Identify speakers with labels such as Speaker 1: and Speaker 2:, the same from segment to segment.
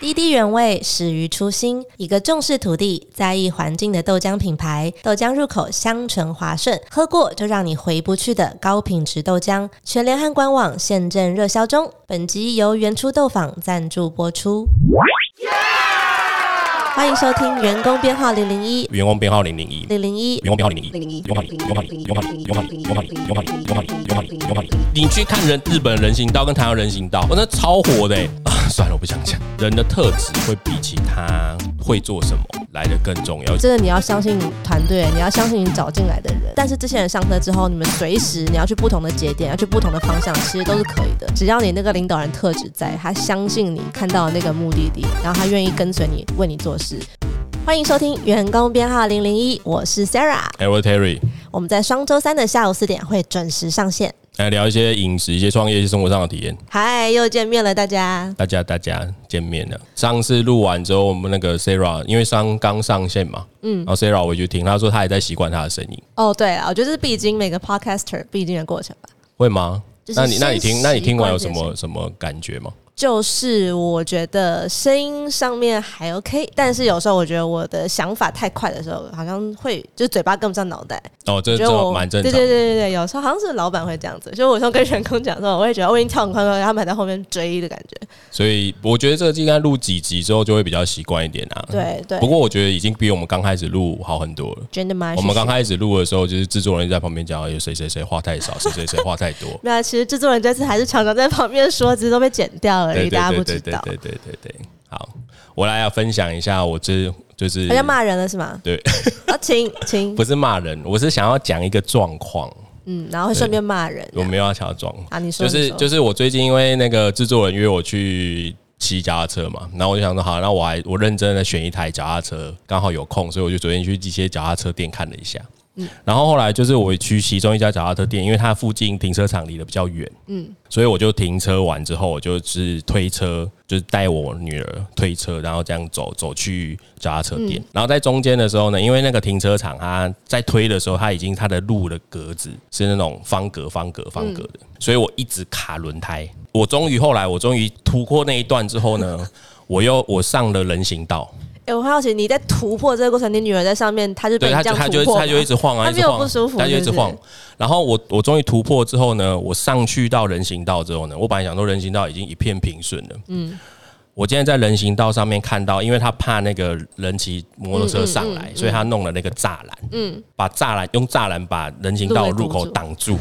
Speaker 1: 滴滴原味始于初心，一个重视土地、在意环境的豆浆品牌。豆浆入口香醇滑顺，喝过就让你回不去的高品质豆浆。全联汉官网现正热销中。本集由原初豆坊赞助播出。欢迎收听员工编号零零一
Speaker 2: 员工编号零零一，
Speaker 1: 零零一
Speaker 2: 员工编号零零一，
Speaker 3: 零零一，
Speaker 2: 有道理有道理有道理有道理有道理有道理有道理有道理有道理。你去看人日本人行道跟台湾人行道，我那超火 的欸、啊！算了，我不想讲。人的特质会比起他会做什么来的更重要。
Speaker 4: 真的你要相信团队，你要相信你找进来的人。但是这些人上车之后，你们随时你要去不同的节点，要去不同的方向，其实都是可以的。只要你那个领导人特质在，他相信你看到的那个目的地，然后他愿意跟随你，为你做事。
Speaker 1: 欢迎收听员工编号零零一，我是 Sarah。
Speaker 2: 哎，我是 Terry，
Speaker 1: 我们在双周三的下午四点会准时上线。
Speaker 2: 来聊一些饮食、一些创业、一些生活上的体验。
Speaker 1: 嗨，又见面了，大家。
Speaker 2: 大家大家见面了。上次录完之后，我们那个 Sarah 因为刚刚上线嘛，嗯，然后 Sarah 回去听，她说她也在习惯她的声音，
Speaker 4: 哦，对了，我觉得这是必经每个 podcaster 必经的过程吧。
Speaker 2: 会吗？
Speaker 4: 就是
Speaker 2: 那你那你听
Speaker 4: 先
Speaker 2: 那你听完有什
Speaker 4: 习惯
Speaker 2: 么什么感觉吗？
Speaker 4: 就是我觉得声音上面还 OK，但是有时候我觉得我的想法太快的时候，好像会就是嘴巴跟不上脑袋。
Speaker 2: 哦，这
Speaker 4: 我
Speaker 2: 这
Speaker 4: 觉得我
Speaker 2: 蛮正常
Speaker 4: 对对
Speaker 2: 的。
Speaker 4: 对对对，有时候好像是老板会这样子，所以我说跟员工讲的时候，我会觉得我已哦经跳很快了，他们还在后面追的感觉。
Speaker 2: 所以我觉得这个应该录几集之后就会比较习惯一点啊。
Speaker 4: 对对
Speaker 2: 不过我觉得已经比我们刚开始录好很多了。
Speaker 4: 真的吗？
Speaker 2: 我们刚
Speaker 4: 始。。
Speaker 2: 开始录的时候，就是制作人在旁边讲，哎有谁谁谁话太少，谁谁谁话太多
Speaker 4: 没有，其实制作人这次还是常常在旁边说，只是都被剪掉而
Speaker 2: 对
Speaker 4: 已，
Speaker 2: 对
Speaker 4: 大家
Speaker 2: 对
Speaker 4: 不
Speaker 2: 对
Speaker 4: 知
Speaker 2: 对
Speaker 4: 道。
Speaker 2: 对对对对。好，我来要分享一下，我这就是
Speaker 4: 他在骂人了是吗？
Speaker 2: 对，
Speaker 4: 啊，请请，
Speaker 2: 不是骂人，我是想要讲一个状况，
Speaker 4: 嗯，然后顺便骂人。
Speaker 2: 我没有要想要状况。
Speaker 4: 啊，你说
Speaker 2: 就是就是是我最近因为那个制作人约我去骑脚踏车嘛，然后我就想说好，那我还我认真的选一台脚踏车，刚好有空，所以我就昨天去一些脚踏车店看了一下。
Speaker 4: 嗯
Speaker 2: 然后后来就是我去其中一家脚踏车店，因为它附近停车场离得比较远，嗯，所以我就停车完之后，我就是推车，就是带我女儿推车，然后这样走走去脚踏车店。然后在中间的时候呢，因为那个停车场它在推的时候，它已经它的路的格子是那种方格、方格、方格的，所以我一直卡轮胎。我终于后来我终于突破那一段之后呢，我又我上了人行道，
Speaker 4: 哎、我好奇你在突破这个过程，你女儿在上面，她就被
Speaker 2: 对
Speaker 4: 你
Speaker 2: 他
Speaker 4: 这
Speaker 2: 就
Speaker 4: 样
Speaker 2: 他就
Speaker 4: 突破
Speaker 2: 会
Speaker 4: 吗，
Speaker 2: 他就一直晃啊，
Speaker 4: 她
Speaker 2: 一
Speaker 4: 没
Speaker 2: 直
Speaker 4: 有
Speaker 2: 晃
Speaker 4: 不
Speaker 2: 啊，
Speaker 4: 舒服，
Speaker 2: 他就一直
Speaker 4: 是不是
Speaker 2: 晃。然后我我终于突破之后呢，我上去到人行道之后呢，我本来想说人行道已经一片平顺了，嗯，我今天在人行道上面看到，因为他怕那个人骑摩
Speaker 4: 嗯
Speaker 2: 托车上来，所以他弄了那个栅栏，嗯，把栅栏用栅栏把人行道的入口挡住。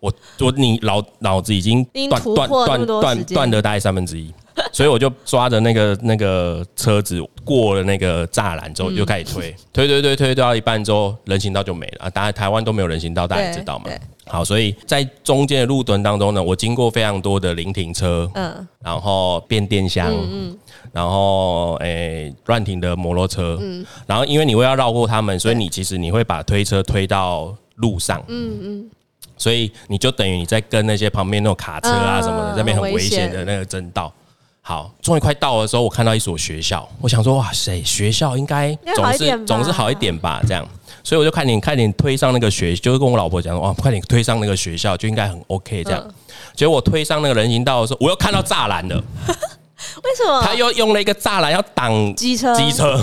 Speaker 2: 我我你脑脑子已经
Speaker 4: 已经
Speaker 2: 断
Speaker 4: 突
Speaker 2: 断
Speaker 4: 破那
Speaker 2: 断
Speaker 4: 么多
Speaker 2: 断
Speaker 4: 时间
Speaker 2: 断了大概三分之一，所以我就抓着那个那个车子过了那个栅栏
Speaker 4: 嗯
Speaker 2: 之后，就开始推、推推推推到一半之后，人行道就没了啊！当然台湾都没有人行道，大家也知道嘛
Speaker 4: 对对。
Speaker 2: 好，所以在中间的路段当中呢，我经过非常多的临停车，
Speaker 4: 嗯，
Speaker 2: 然后变电箱，然后诶乱停的摩托车，
Speaker 4: 嗯
Speaker 2: 然后因为你会要绕过他们，所以你其实你会把推车推到路上，
Speaker 4: 嗯
Speaker 2: 所以你就等于你在跟那些旁边那种卡车啊
Speaker 4: 嗯
Speaker 2: 什么的，那边很危险的那个争道。好，终于快到的时候，我看到一所学校，我想说，哇塞，学校应该
Speaker 4: 该
Speaker 2: 总
Speaker 4: 好一点
Speaker 2: 是
Speaker 4: 吧
Speaker 2: 总是好一点吧，这样。所以我就快点快点推上那个学，就是跟我老婆讲说，哇，快点推上那个学校，就应该很 OK 这样。
Speaker 4: 嗯
Speaker 2: 结果我推上那个人行道的时候，我又看到栅栏了，
Speaker 4: 嗯为什么？
Speaker 2: 他又用了一个栅栏要挡
Speaker 4: 机车
Speaker 2: 机车，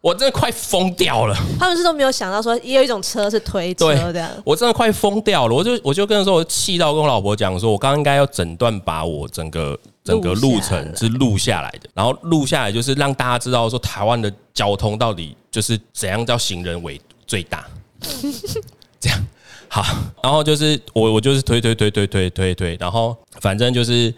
Speaker 2: 我真的快疯掉了。
Speaker 4: 他们是都没有想到说，也有一种车是推车
Speaker 2: 对哦
Speaker 4: 这样。
Speaker 2: 我真的快疯掉了，我就我就跟他说，我气到跟我老婆讲说，我刚刚应该要整段把我整个整个路程是录下来的，然后录下来就是让大家知道说台湾的交通到底就是怎样叫行人为最大， 这样。好，然后就是我我就是推推推推推推推，然后反正就是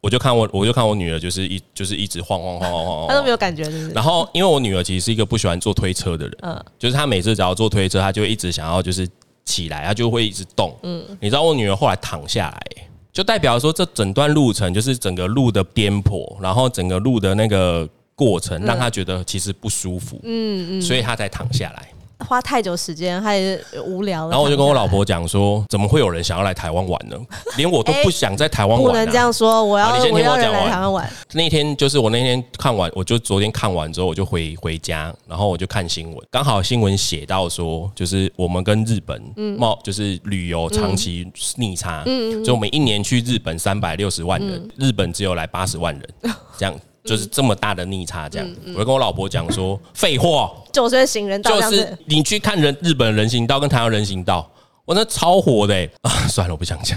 Speaker 2: 我就看我我就看我女儿就是一就是一直晃晃晃晃晃晃，
Speaker 4: 他都没有感觉，是不是？
Speaker 2: 然后，因为我女儿其实是一个不喜欢坐推车的人，
Speaker 4: 嗯
Speaker 2: 就是她每次只要坐推车，她就会一直想要就是起来，她就会一直动。嗯，你知道我女儿后来躺下来，就代表说这整段路程就是整个路的颠簸，然后整个路的那个过程
Speaker 4: 嗯
Speaker 2: 让她觉得其实不舒服，嗯嗯，所以她才躺下来。
Speaker 4: 花太久时间，他也无聊了。
Speaker 2: 然后我就跟我老
Speaker 4: 躺
Speaker 2: 婆讲说，怎么会有人想要来台湾玩呢？连我都不想在台
Speaker 4: 哎下
Speaker 2: 湾
Speaker 4: 来，不
Speaker 2: 玩、啊
Speaker 4: 能这样说，我要
Speaker 2: 好你先听
Speaker 4: 我要
Speaker 2: 我
Speaker 4: 人
Speaker 2: 讲完
Speaker 4: 来台湾玩。
Speaker 2: 那天就是我那天看完，我就昨天看完之后，我就回回家，然后我就看新闻，刚好新闻写到说，就是我们跟日本贸、就是旅游长期逆差，所以我们一年去日本三百六十万人，日本只有来八十万人，这样就是这么大的逆差这样。我就跟我老婆讲说，废话，
Speaker 4: 就所谓行人道这
Speaker 2: 就
Speaker 4: 样
Speaker 2: 是
Speaker 4: 子，
Speaker 2: 你去看人日本人行道跟台湾人行道，我那超火的、欸、 啊！算了，我不想讲。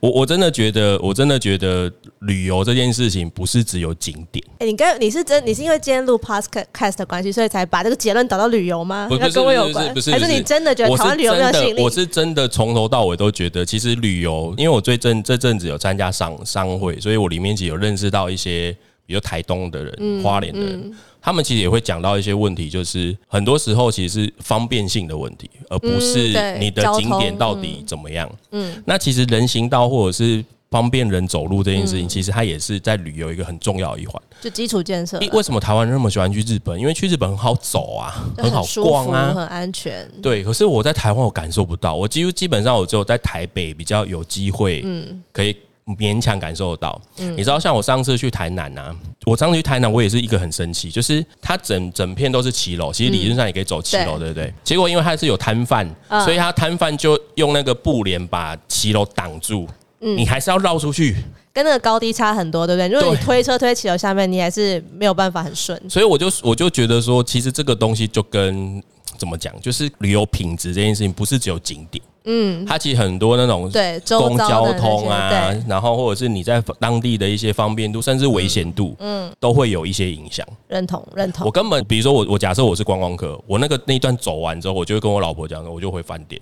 Speaker 2: 我我真的觉得，我真的觉得旅游这件事情不是只有景点，
Speaker 4: 哎、你跟你是真你是因为今天录 podcast 的关系，所以才把这个结论导到旅游吗？
Speaker 2: 不不
Speaker 4: 那
Speaker 2: 是
Speaker 4: 跟
Speaker 2: 不
Speaker 4: 我
Speaker 2: 是
Speaker 4: 有
Speaker 2: 不
Speaker 4: 关
Speaker 2: 是，不是，
Speaker 4: 还
Speaker 2: 不
Speaker 4: 是你真的觉得
Speaker 2: 我
Speaker 4: 台湾
Speaker 2: 是
Speaker 4: 旅游没
Speaker 2: 真
Speaker 4: 有
Speaker 2: 的
Speaker 4: 吸引力？
Speaker 2: 我是真的从头到尾都觉得，其实旅游，因为我最近这阵子有参加商商会，所以我里面其实有认识到一些，比如台东的人、
Speaker 4: 嗯
Speaker 2: 花莲的人，他们其实也会讲到一些问题，就是很多时候其实是方便性的问题，而不是
Speaker 4: 嗯对
Speaker 2: 你的
Speaker 4: 交
Speaker 2: 景点
Speaker 4: 通
Speaker 2: 到底怎么样。嗯，那其实人行道或者是。方便人走路这件
Speaker 4: 嗯
Speaker 2: 事情，其实它也是在旅游一个很重要的一环。
Speaker 4: 就基础建设啦，啊
Speaker 2: 诶为什么台湾人那么喜欢去日本？因为去日本很好走啊，
Speaker 4: 就
Speaker 2: 好
Speaker 4: 舒服，
Speaker 2: 逛啊，
Speaker 4: 很安全。
Speaker 2: 对，可是我在台湾我感受不到，我几乎基本上我只有在台北比较有机会，
Speaker 4: 嗯
Speaker 2: 可以勉强感受得到。你知道，像我上次去台南啊，我上次去台南，我也是一个很生气，就是它整整片都是骑楼，其实理论上也可以走骑楼，对不对？结果因为它是有摊贩，
Speaker 4: 嗯
Speaker 2: 所以它摊贩就用那个布帘把骑楼挡住，
Speaker 4: 嗯
Speaker 2: 你还是要绕出去。
Speaker 4: 跟那个高低差很多，对不对？如果你
Speaker 2: 对
Speaker 4: 推车推骑楼下面，你还是没有办法很顺。
Speaker 2: 所以我就我就觉得说，其实这个东西就跟怎么讲，就是旅游品质这件事情，不是只有景点，嗯，它其实很多那种
Speaker 4: 对，周
Speaker 2: 公
Speaker 4: 遭
Speaker 2: 交
Speaker 4: 的那些
Speaker 2: 通啊
Speaker 4: 对，
Speaker 2: 然后或者是你在当地的一些方便度，甚至危险度，嗯，都会有一些影响。
Speaker 4: 认同认同
Speaker 2: 我。根本，比如说我，我假设我是观光客，我那个那一段走完之后，我就会跟我老婆讲，我就回饭 店，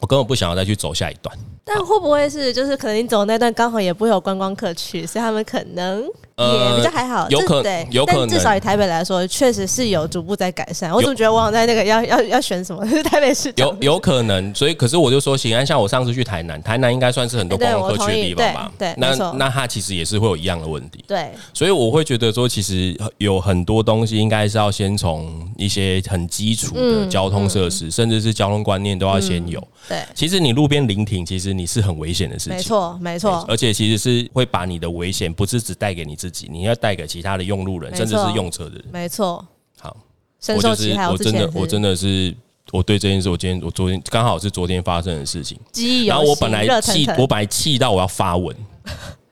Speaker 2: 我根本不想要再去走下一段。
Speaker 4: 但会不会是就是可能你走那段刚好也不会有观光客去，所以他们可能也
Speaker 2: 呃
Speaker 4: 比较还好，
Speaker 2: 有
Speaker 4: 这
Speaker 2: 可
Speaker 4: 对，
Speaker 2: 有可能
Speaker 4: 但至少以台北来说，确实是有逐步在改善。我
Speaker 2: 有
Speaker 4: 总觉得我好像在那个要要要选什么， 是台北市长
Speaker 2: 有有可能，所以可是我就说，行安，像我上次去台南，台南应该算是很多
Speaker 4: 哎对
Speaker 2: 观光
Speaker 4: 我
Speaker 2: 客
Speaker 4: 同
Speaker 2: 去的
Speaker 4: 意
Speaker 2: 地方吧？
Speaker 4: 对对没
Speaker 2: 那
Speaker 4: 错
Speaker 2: 那它其实也是会有一样的问题。
Speaker 4: 对
Speaker 2: 所以我会觉得说，其实有很多东西应该是要先从一些很基础的
Speaker 4: 嗯
Speaker 2: 交通设施，甚至是交通观念都要先有。
Speaker 4: 对，
Speaker 2: 其实你路边临停，其实你是很危险的事情。
Speaker 4: 没错没错，
Speaker 2: 而且其实是会把你的危险不是只带给你自己，你要带给其他的用路人，
Speaker 4: 没
Speaker 2: 甚
Speaker 4: 错
Speaker 2: 至是用车的人。
Speaker 4: 没错，
Speaker 2: 好，
Speaker 4: 深
Speaker 2: 我
Speaker 4: 受
Speaker 2: 就是
Speaker 4: 其害。
Speaker 2: 我
Speaker 4: 之
Speaker 2: 真
Speaker 4: 前
Speaker 2: 的
Speaker 4: 也是
Speaker 2: 我真的是我对这件事，我今天我昨天刚好是昨天发生的事情，
Speaker 4: 记忆犹
Speaker 2: 然
Speaker 4: 新
Speaker 2: 后我本来
Speaker 4: 热腾
Speaker 2: 气
Speaker 4: 腾
Speaker 2: 我本来气到我要发文，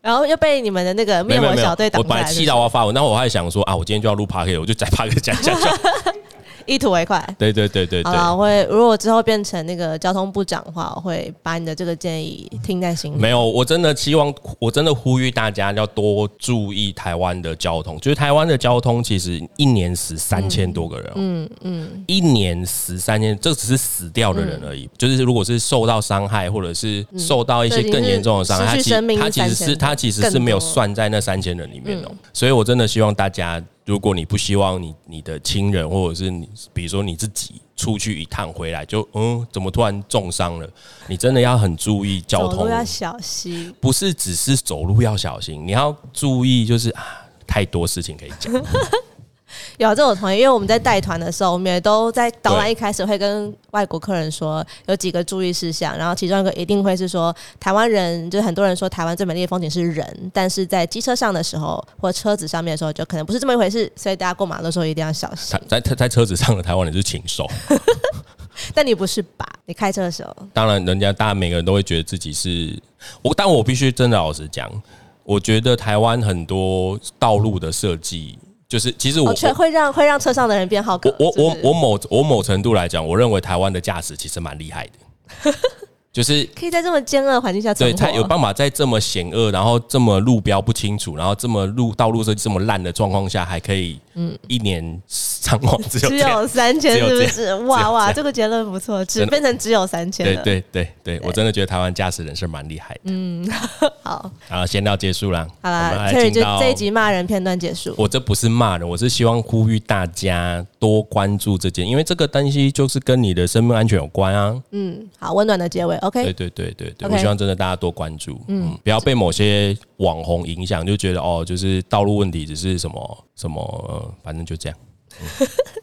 Speaker 4: 然后又被你们的那个
Speaker 2: 没
Speaker 4: 灭
Speaker 2: 有没有
Speaker 4: 火
Speaker 2: 没有
Speaker 4: 小队，挡
Speaker 2: 我
Speaker 4: 下
Speaker 2: 本来
Speaker 4: 来，
Speaker 2: 气到我要发文，然后我还想说啊，我今天就要录 p a r k 我就 在 p a r k 讲一下就 好。
Speaker 4: 就是一吐为快。
Speaker 2: 对对对对
Speaker 4: 好
Speaker 2: 对，
Speaker 4: 了，我会如果之后变成那个交通部长的话，我会把你的这个建议听在心里。
Speaker 2: 没有，我真的希望，我真的呼吁大家要多注意台湾的交通。就是台湾的交通，其实一年死三千多个人、嗯嗯，一年死三千，这只是死掉的人
Speaker 4: 嗯
Speaker 2: 而已。就是如果是受到伤害，或者是受到一些更严重的伤害，
Speaker 4: 这已经是失去
Speaker 2: 他其
Speaker 4: 生命
Speaker 2: 实他其实
Speaker 4: 3000
Speaker 2: 是他其实是没有算在那三千人里面哦、
Speaker 4: 嗯
Speaker 2: 所以我真的希望大家，如果你不希望你你的亲人或者是你，比如说你自己。出去一趟回来就嗯，怎么突然重伤了？你真的要很注意交
Speaker 4: 走
Speaker 2: 通
Speaker 4: 路要小心。
Speaker 2: 不是只是走路要小心，你要注意，就是啊，太多事情可以讲。
Speaker 4: 有这种同意，因为我们在带团的时候，我们也都在导览
Speaker 2: 对
Speaker 4: 一开始会跟外国客人说有几个注意事项，然后其中一个一定会是说，台湾人就是很多人说台湾最美丽的风景是人，但是在机车上的时候或车子上面的时候，就可能不是这么一回事，所以大家过马路的时候一定要小心
Speaker 2: 台。在在在车子上的台湾人是禽兽，
Speaker 4: 但你不是吧？你开车的时候，
Speaker 2: 当然人家大家每个人都会觉得自己是我，但我必须真的老实讲，我觉得台湾很多道路的设计，就是其实我、
Speaker 4: 哦，却会让会让车上的人变好客
Speaker 2: 我。我
Speaker 4: 是不
Speaker 2: 我
Speaker 4: 是
Speaker 2: 我某我某程度来讲，我认为台湾的驾驶其实蛮厉害的， 就是
Speaker 4: 可以在这么尖恶的环境下存
Speaker 2: 对
Speaker 4: 活，
Speaker 2: 他有办法在这么险恶，然后这么路标不清楚，然后这么路道路设计这么烂的状况下，还可以，嗯，一年上网只
Speaker 4: 只
Speaker 2: 有这样。
Speaker 4: 有三千，
Speaker 2: 只有
Speaker 4: 是
Speaker 2: 这
Speaker 4: 不
Speaker 2: 样
Speaker 4: 是？哇哇，
Speaker 2: 样
Speaker 4: 这个结论不错，只
Speaker 2: 真的
Speaker 4: 变成只有三千
Speaker 2: 对
Speaker 4: 了。
Speaker 2: 对对对，我真的觉得台湾驾驶人是蛮厉害的。嗯，
Speaker 4: 好，
Speaker 2: 好，先到结束啦。
Speaker 4: 好
Speaker 2: 我们
Speaker 4: 啦
Speaker 2: 来
Speaker 4: t e
Speaker 2: 进
Speaker 4: 就
Speaker 2: 到
Speaker 4: 这一集骂人片段结束。
Speaker 2: 我这不是骂人，我是希望呼吁大家多关注这件，因为这个东西就是跟你的生命安全有关啊。
Speaker 4: 嗯，好，温暖的结尾，OK，
Speaker 2: 对对对对对，
Speaker 4: OK
Speaker 2: 我希望真的大家多关注，嗯，不要被某些网红影响，就觉得哦，就是道路问题只是什么什么，呃反正就这样。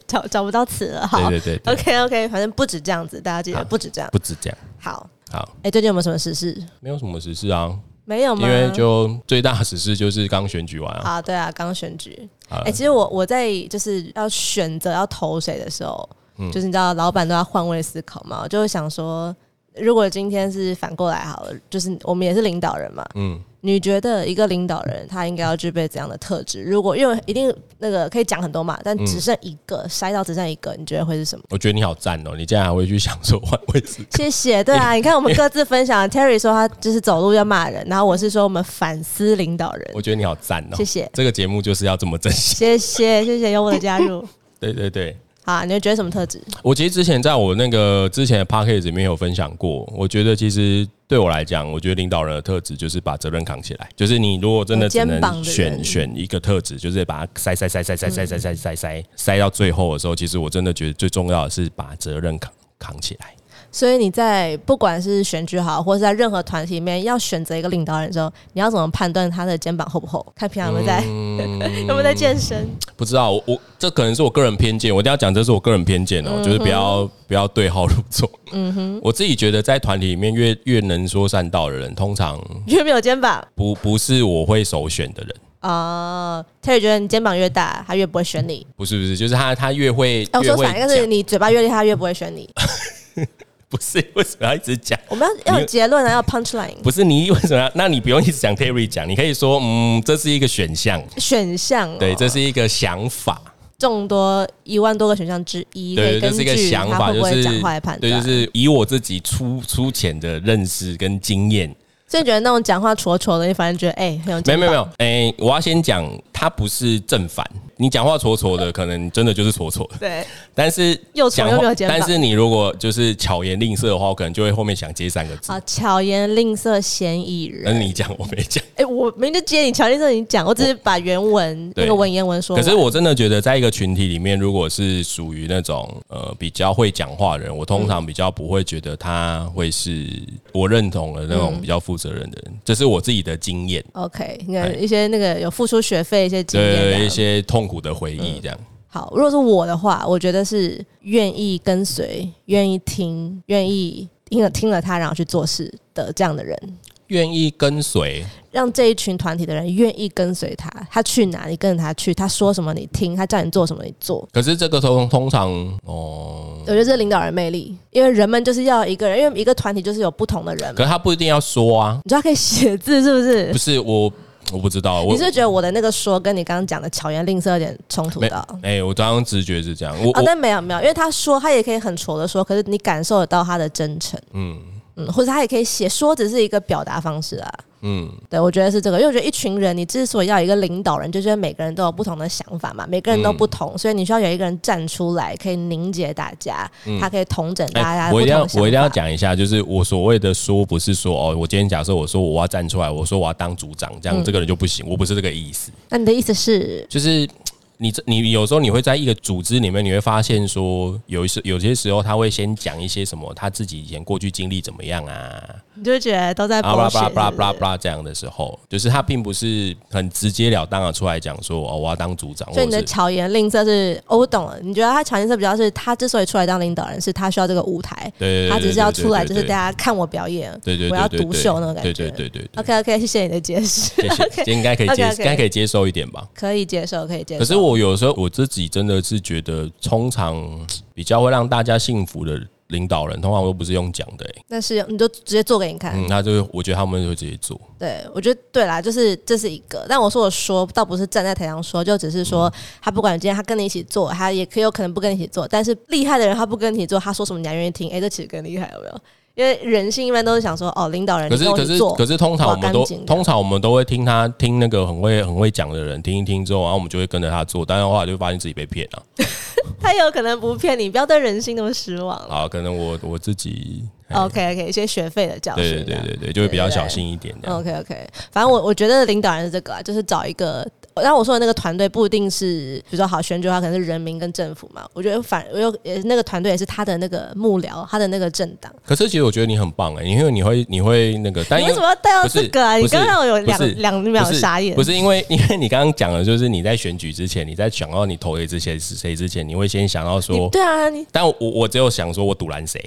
Speaker 4: 找找不到词了，好
Speaker 2: 对对对对，
Speaker 4: ，OK OK，反正不止这样子，大家记得
Speaker 2: 好
Speaker 4: 不止这样。
Speaker 2: 不止这样。
Speaker 4: 好，
Speaker 2: 好，
Speaker 4: 哎，最近有没有什么实事？
Speaker 2: 没有什么实事啊，
Speaker 4: 没有吗？
Speaker 2: 因为就最大的实事就是刚选举完啊。
Speaker 4: 啊，对啊，刚选举。
Speaker 2: 好了
Speaker 4: 哎，其实我我在就是要选择要投谁的时候，
Speaker 2: 嗯
Speaker 4: 就是你知道老板都要换位思考嘛，我就会想说，如果今天是反过来好了，就是我们也是领导人嘛，
Speaker 2: 嗯，
Speaker 4: 你觉得一个领导人他应该要具备怎样的特质？如果因为一定那个可以讲很多嘛，
Speaker 2: 嗯
Speaker 4: 但只剩一个，筛到只剩一个，你觉得会是什么？
Speaker 2: 我觉得你好赞哦，你竟然还会去想说换位置。
Speaker 4: 谢谢。对
Speaker 2: 嗯
Speaker 4: 啊，你看我们各自分享，Terry 说他就是走路要骂人，然后我是说我们反思领导人。
Speaker 2: 我觉得你好赞哦，
Speaker 4: 谢谢
Speaker 2: 这个节目就是要这么珍惜。
Speaker 4: 谢谢谢谢有我的加入。
Speaker 2: 对对对，
Speaker 4: 好，你会觉得什么特质？
Speaker 2: 我其实之前在我那个之前的 p a c k a g e 里面有分享过，我觉得其实对我来讲，我觉得领导人的特质就是把责任扛起来，就是你如果真的只
Speaker 4: 有肩膀
Speaker 2: 能
Speaker 4: 的
Speaker 2: 选
Speaker 4: 人嗯
Speaker 2: 选一个特质，就是把它塞塞塞塞塞塞塞塞塞塞塞到最后的时候，其实我真的觉得最重要的是把责任扛扛起来。
Speaker 4: 所以你在不管是选举好，或是在任何团体里面，要选择一个领导人的时候，你要怎么判断他的肩膀厚不厚？看平常有没有在、
Speaker 2: 嗯
Speaker 4: 有没有在健 身？
Speaker 2: 不知道我我这可能是我个人偏见，我一定要讲这是我个人偏见哦、就是
Speaker 4: 嗯
Speaker 2: 不要不要对号入座。嗯哼，我自己觉得在团体里面越越能说善道的人，通常
Speaker 4: 越没有肩膀
Speaker 2: 不不是我会首选的人，
Speaker 4: 啊、t e r r y 觉得你肩膀越大，他越不会选你。
Speaker 2: 不是不是，就是他他越会、
Speaker 4: 哎、我
Speaker 2: 越
Speaker 4: 说
Speaker 2: 会
Speaker 4: 反，应是
Speaker 2: 讲，
Speaker 4: 你嘴巴越厉害，他越不会 选你。
Speaker 2: 不是为什么要一直讲？
Speaker 4: 我们要要有结论啊，要 punch line
Speaker 2: 不是你为什么要？那你不用一直讲 Terry 讲，你可以说嗯，这是一个选项，
Speaker 4: 选项哦、
Speaker 2: 对，这是一个想法。
Speaker 4: 众多一万多个选项之一，可以
Speaker 2: 对，
Speaker 4: 根
Speaker 2: 这
Speaker 4: 据
Speaker 2: 是一个想
Speaker 4: 他会
Speaker 2: 法，就
Speaker 4: 不会
Speaker 2: 是
Speaker 4: 讲话来判断。
Speaker 2: 对，就是以我自己粗粗浅的认识跟经验，
Speaker 4: 所以你觉得那种讲话戳戳的，你反而觉得哎、很有
Speaker 2: 没有
Speaker 4: 肩膀
Speaker 2: 没有没有，哎、我要先讲，它不是正反。你讲话挫挫的，可能真的就是挫挫的。
Speaker 4: 对，
Speaker 2: 但是
Speaker 4: 又挫
Speaker 2: 讲
Speaker 4: 又没
Speaker 2: 话，
Speaker 4: 有肩膀
Speaker 2: 但是你如果就是巧言令色的话，我可能就会后面想接三个字。
Speaker 4: 好啊巧言令色嫌疑人。
Speaker 2: 但是你讲，我没讲。
Speaker 4: 哎、我明明就接你乔先生你讲，我只是把原文
Speaker 2: 对
Speaker 4: 那个文言文说
Speaker 2: 可
Speaker 4: 完。
Speaker 2: 是我真的觉得，在一个群体里面，如果是属于那种呃比较会讲话的人，我
Speaker 4: 嗯
Speaker 2: 通常比较不会觉得他会是我认同的那
Speaker 4: 嗯
Speaker 2: 种比较负责任的人，这是我自己的经验，
Speaker 4: OK，你
Speaker 2: 哎
Speaker 4: 看一些那个有付出学费一些经验嗯
Speaker 2: 对
Speaker 4: 的
Speaker 2: 一些痛苦的回忆这样。
Speaker 4: 好，如果是我的话，我觉得是愿意跟随、愿意听、愿意听了听了他，然后去做事的这样的人，
Speaker 2: 愿意跟随，
Speaker 4: 让这一群团体的人愿意跟随他，他去哪你跟着他去，他说什么你听，他叫你做什么你做。
Speaker 2: 可是这个通通常哦。
Speaker 4: 我觉得这是领导人魅力，因为人们就是要一个人，因为一个团体就是有不同的人嘛。
Speaker 2: 可是他不一定要说啊，
Speaker 4: 你知道他可以写字是不是？
Speaker 2: 不是我，我不知道，我
Speaker 4: 你是不是觉得我的那个说跟你刚刚讲的巧言令色有点冲突
Speaker 2: 没
Speaker 4: 到？
Speaker 2: 哎、我刚刚直觉是这样，我、
Speaker 4: 啊，
Speaker 2: 我
Speaker 4: 但没有没有，因为他说他也可以很挫的说，可是你感受得到他的真诚，嗯嗯，或者他也可以写说，只是一个表达方式啊，
Speaker 2: 嗯，
Speaker 4: 对我觉得是这个，因为我觉得一群人，你之所以要有一个领导人，就是因为每个人都有不同的想法嘛，每个人都不
Speaker 2: 嗯
Speaker 4: 同，所以你需要有一个人站出来，可以凝结大家，他可以统整大家
Speaker 2: 嗯哎、
Speaker 4: 的不
Speaker 2: 我
Speaker 4: 同
Speaker 2: 一
Speaker 4: 的
Speaker 2: 定要
Speaker 4: 想法、
Speaker 2: 我一定要讲一下，就是我所谓的说，不是说哦，我今天假设我说我要站出来，我说我要当组长，这样、这个人就不行，我不是这个意思，
Speaker 4: 那你的意思是，
Speaker 2: 就是。你这你有时候你会在一个组织里面，你会发现说，有一些有些时候他会先讲一些什么他自己以前过去经历怎么样啊，
Speaker 4: 你就觉得都在
Speaker 2: 啊，巴拉巴拉
Speaker 4: bullshit，
Speaker 2: 巴拉巴拉
Speaker 4: 是不
Speaker 2: 巴拉这样的时候，就是他并不是很直截了当的出来讲说哦，我要当组长，
Speaker 4: 是所以你
Speaker 2: 或
Speaker 4: 的
Speaker 2: 者是
Speaker 4: 巧言令色是，哦我懂了。你觉得他巧言令色比较是，他之所以出来当领导人，是他需要这个舞台，
Speaker 2: 对，对
Speaker 4: 他只是要出来，
Speaker 2: 对
Speaker 4: 就
Speaker 2: 对
Speaker 4: 是
Speaker 2: 对
Speaker 4: 大家看我表演，
Speaker 2: 对对，对
Speaker 4: 我要
Speaker 2: 对对
Speaker 4: 独秀那种感觉。
Speaker 2: 对对对对对，
Speaker 4: OK OK，谢谢你的解释，
Speaker 2: 谢谢，今天应该可以接，
Speaker 4: OK，OK
Speaker 2: 应该可以接受一点吧。
Speaker 4: 可以接受，可以接受。
Speaker 2: 可是我有时候我自己真的是觉得，通常比较会让大家幸福的领导人，通常都不是用讲的、欸，
Speaker 4: 那是你就直接做给你看。
Speaker 2: 嗯，那就我觉得他们就会直接做，
Speaker 4: 对我觉得对啦，就是这是一个。但我说我说，倒不是站在台上说，就只是说
Speaker 2: 嗯
Speaker 4: 他不管今天他跟你一起做，他也可以有可能不跟你一起做。但是厉害的人他不跟你一起做，他说什么你还愿意听，哎、这其实更厉害，有没有？因为人性一般都是想说，哦，领导人
Speaker 2: 可
Speaker 4: 你
Speaker 2: 是
Speaker 4: 跟我
Speaker 2: 可
Speaker 4: 一起
Speaker 2: 是
Speaker 4: 做，
Speaker 2: 可是通常我
Speaker 4: 我
Speaker 2: 们都
Speaker 4: 要干净的
Speaker 2: 通常我们都会听他听那个很会很会讲的人听一听之后，然后我们就会跟着他做，但是后来就发现自己被骗了、
Speaker 4: 他有可能不骗你，不要对人性那么失望。
Speaker 2: 啊好，可能我我自己，哎
Speaker 4: OK OK，一些学费的教训，
Speaker 2: 对对对对对，就会比较小心一点这样。
Speaker 4: OK OK，反正我我觉得领导人是这个、啊，就是找一个。那我说的那个团队不一定是，比如说好选举的话，可能是人民跟政府嘛。我觉得反我有也那个团队也是他的那个幕僚，他的那个政党。
Speaker 2: 可是其实我觉得你很棒哎、因为你会你会那个，但
Speaker 4: 你
Speaker 2: 因
Speaker 4: 为
Speaker 2: 为
Speaker 4: 什么要带到
Speaker 2: 不是
Speaker 4: 这个啊？
Speaker 2: 不
Speaker 4: 你
Speaker 2: 是
Speaker 4: 刚刚让我有
Speaker 2: 不是
Speaker 4: 两两秒
Speaker 2: 不是
Speaker 4: 傻眼。
Speaker 2: 不是因为 因为你刚刚讲的，就是你在选举之前，你在想到你投给之前是谁之前，你会先想到
Speaker 4: 你
Speaker 2: 说，
Speaker 4: 对啊，你
Speaker 2: 但我我只有想说我赌 拦谁，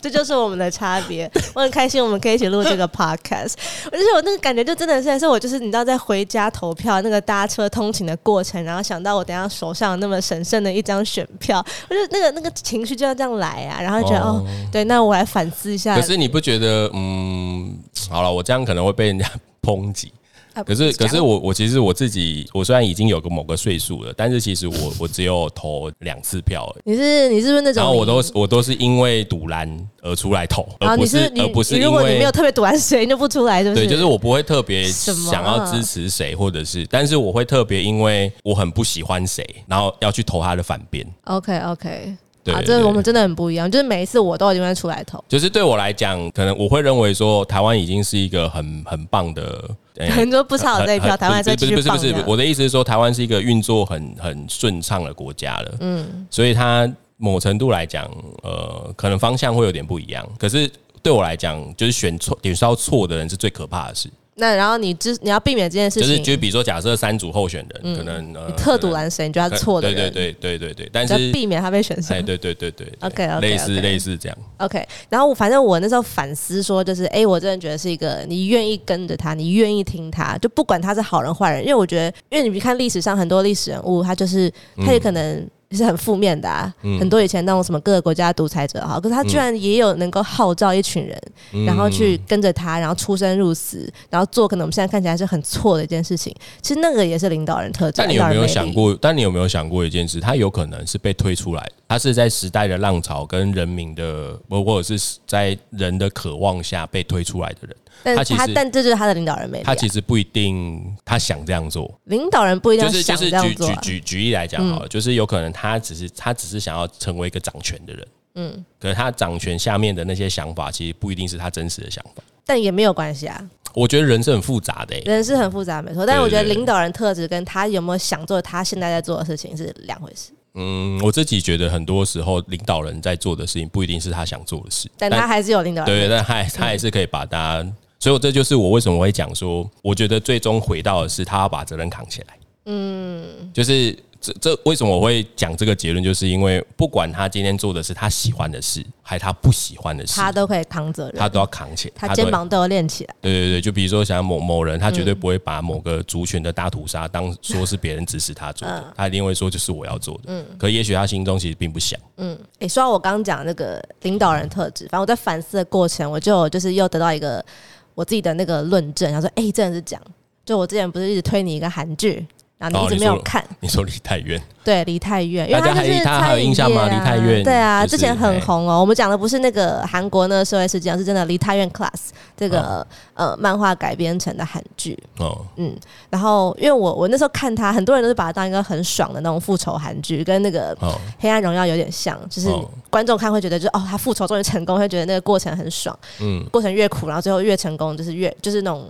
Speaker 4: 这就是我们的差别。我很开心我们可以一起录这个 podcast。我就是我那个感觉，就真的是，是我就是你知道在回家投票那个搭车通勤的过程，然后想到我等一下手上有那么神圣的一张选票，我就那个那个情绪就要这样来啊，然后就觉得
Speaker 2: 哦
Speaker 4: 哦对，那我来反思一下
Speaker 2: 可。是你不觉得嗯，好了，我这样可能会被人家抨 击。
Speaker 4: 啊
Speaker 2: 可是，
Speaker 4: 不
Speaker 2: 可是
Speaker 4: 讲
Speaker 2: 我我其实我自己，我虽然已经有个某个岁数了，但是其实我我只有投两次票而已，
Speaker 4: 你是你是不是那种？
Speaker 2: 然后我都是我都是因为赌篮而出来投，
Speaker 4: 啊，
Speaker 2: 而
Speaker 4: 你
Speaker 2: 不
Speaker 4: 是你
Speaker 2: 而不是
Speaker 4: 你
Speaker 2: 因
Speaker 4: 如果你没
Speaker 2: 为
Speaker 4: 有特别赌完谁，你就不出来，是不是？
Speaker 2: 对，就是我不会特别
Speaker 4: 什么啊
Speaker 2: 想要支持谁，或者是，但是我会特别因为我很不喜欢谁，然后要去投他的反边。
Speaker 4: OK OK。
Speaker 2: 对
Speaker 4: 啊，
Speaker 2: 对
Speaker 4: 这
Speaker 2: 对
Speaker 4: 我们真的很不一样，就是每一次我都一定会出来投，
Speaker 2: 就是对我来讲，可能我会认为说，台湾已经是一个很很 棒的，呃
Speaker 4: 很多不差有这一票，
Speaker 2: 很
Speaker 4: 台湾还是会
Speaker 2: 不
Speaker 4: 继
Speaker 2: 是不
Speaker 4: 续
Speaker 2: 是不
Speaker 4: 放
Speaker 2: 是不是，
Speaker 4: 的。
Speaker 2: 我的意思是说，台湾是一个运作很很顺畅的国家了，嗯，所以它某程度来讲，呃，可能方向会有点不一样，可是。对我来讲，就是选错、选到错的人是最可怕的事。
Speaker 4: 那然后你知你要避免这件事
Speaker 2: 就是，
Speaker 4: 情，
Speaker 2: 就比如说，假设三组候选人，可能呃，
Speaker 4: 特
Speaker 2: 可
Speaker 4: 赌
Speaker 2: 能
Speaker 4: 拦嗯谁，你觉得他错的人，
Speaker 2: 对对对对对对，但
Speaker 4: 你要
Speaker 2: 是
Speaker 4: 避免他被选上
Speaker 2: 哎，。对对对对对
Speaker 4: OK，OK，OK
Speaker 2: 类似类似这样，
Speaker 4: OK，然后我反正我那时候反思说，就是哎、诶我真的觉得是一个你愿意跟着他，你愿意听他，就不管他是好人坏人，因为我觉得，因为你看历史上很多历史人物，他就是他也可
Speaker 2: 嗯
Speaker 4: 能是很负面的啊，很多以前那种什么各个国家独裁者啊哈，可是他居然也有能够号召一群人，
Speaker 2: 嗯
Speaker 4: 然后去跟着他，然后出生入死，然后做可能我们现在看起来是很错的一件事情，其实那个也是领导人特质啊，
Speaker 2: 但你
Speaker 4: 领
Speaker 2: 有
Speaker 4: 导
Speaker 2: 没
Speaker 4: 人
Speaker 2: 有
Speaker 4: 魅力
Speaker 2: 想？过？但你有没有想过一件事？它有可能是被推出来的，它是在时代的浪潮跟人民的，或或者是在人的渴望下被推出来的人。
Speaker 4: 但
Speaker 2: 他其实
Speaker 4: 但这就是他的领导人魅力、啊
Speaker 2: 他。其实不一定他想这样做，
Speaker 4: 领导人不一定
Speaker 2: 就
Speaker 4: 要
Speaker 2: 是就
Speaker 4: 想这
Speaker 2: 是
Speaker 4: 样
Speaker 2: 举
Speaker 4: 做啊、
Speaker 2: 举举举例来讲好了，就是有可能他只是他只是想要成为一个掌权的人，嗯，可是他掌权下面的那些想法，其实不一定是他真实的想法。
Speaker 4: 但也没有关系啊。
Speaker 2: 我觉得人是很复杂的、欸，
Speaker 4: 人是很复杂，没错，但是我觉得
Speaker 2: 对对对
Speaker 4: 领导人特质跟他有没有想做他现在在做的事情是两回事，
Speaker 2: 嗯，我自己觉得很多时候领导人在做的事情不一定是他想做的事，
Speaker 4: 但他还是有领导人
Speaker 2: 对，
Speaker 4: 魅力。
Speaker 2: 但他还他还是可以把大家，所以我这就是我为什么会讲说，我觉得最终回到的是他要把责任扛起来。嗯，就是这这为什么我会讲这个结论，就是因为不管他今天做的是他喜欢的事，还他不喜欢的事，
Speaker 4: 他都可以扛责
Speaker 2: 他
Speaker 4: 任，
Speaker 2: 都要扛起来，
Speaker 4: 他
Speaker 2: 都
Speaker 4: 肩膀都嗯有练起来。
Speaker 2: 对对对，就比如说像某某人，他绝对不会把某个族群的大屠杀当说是别人指使他做
Speaker 4: 嗯
Speaker 2: 的，他一定会说就是我要做的。嗯，可也许他心中其实并不想。
Speaker 4: 诶，说到我刚刚讲那个领导人特质，反正我在反思的过程，我就就是又得到一个我自己的那个论证，然后说，诶，真的是讲，就我之前不是一直推你一个韩剧，然后你
Speaker 2: 哦
Speaker 4: 一直
Speaker 2: 你
Speaker 4: 没
Speaker 2: 说
Speaker 4: 有
Speaker 2: 了
Speaker 4: 看，
Speaker 2: 你说离太远，
Speaker 4: 对，梨泰院，因为
Speaker 2: 大家
Speaker 4: 他就是
Speaker 2: 还大家还
Speaker 4: 餐
Speaker 2: 有
Speaker 4: 饮
Speaker 2: 印象吗
Speaker 4: 业啊
Speaker 2: 梨泰院
Speaker 4: 对啊，
Speaker 2: 就是
Speaker 4: 之前很
Speaker 2: 哎
Speaker 4: 红哦。我们讲的不是那个韩国那个社会事件，是真的梨泰院 Class 这
Speaker 2: 啊
Speaker 4: 个、呃漫画改编成的韩剧。 嗯
Speaker 2: 哦，
Speaker 4: 然后，因为我我那时候看它，很多人都是把它当一个很爽的那种复仇韩剧，跟那个
Speaker 2: 哦，
Speaker 4: 《黑暗荣耀》有点像，就是
Speaker 2: 哦
Speaker 4: 观众看会觉得就是哦，他复仇终于成功，会觉得那个过程很爽，嗯，过程越苦，然后最后越成功，就是越就是那种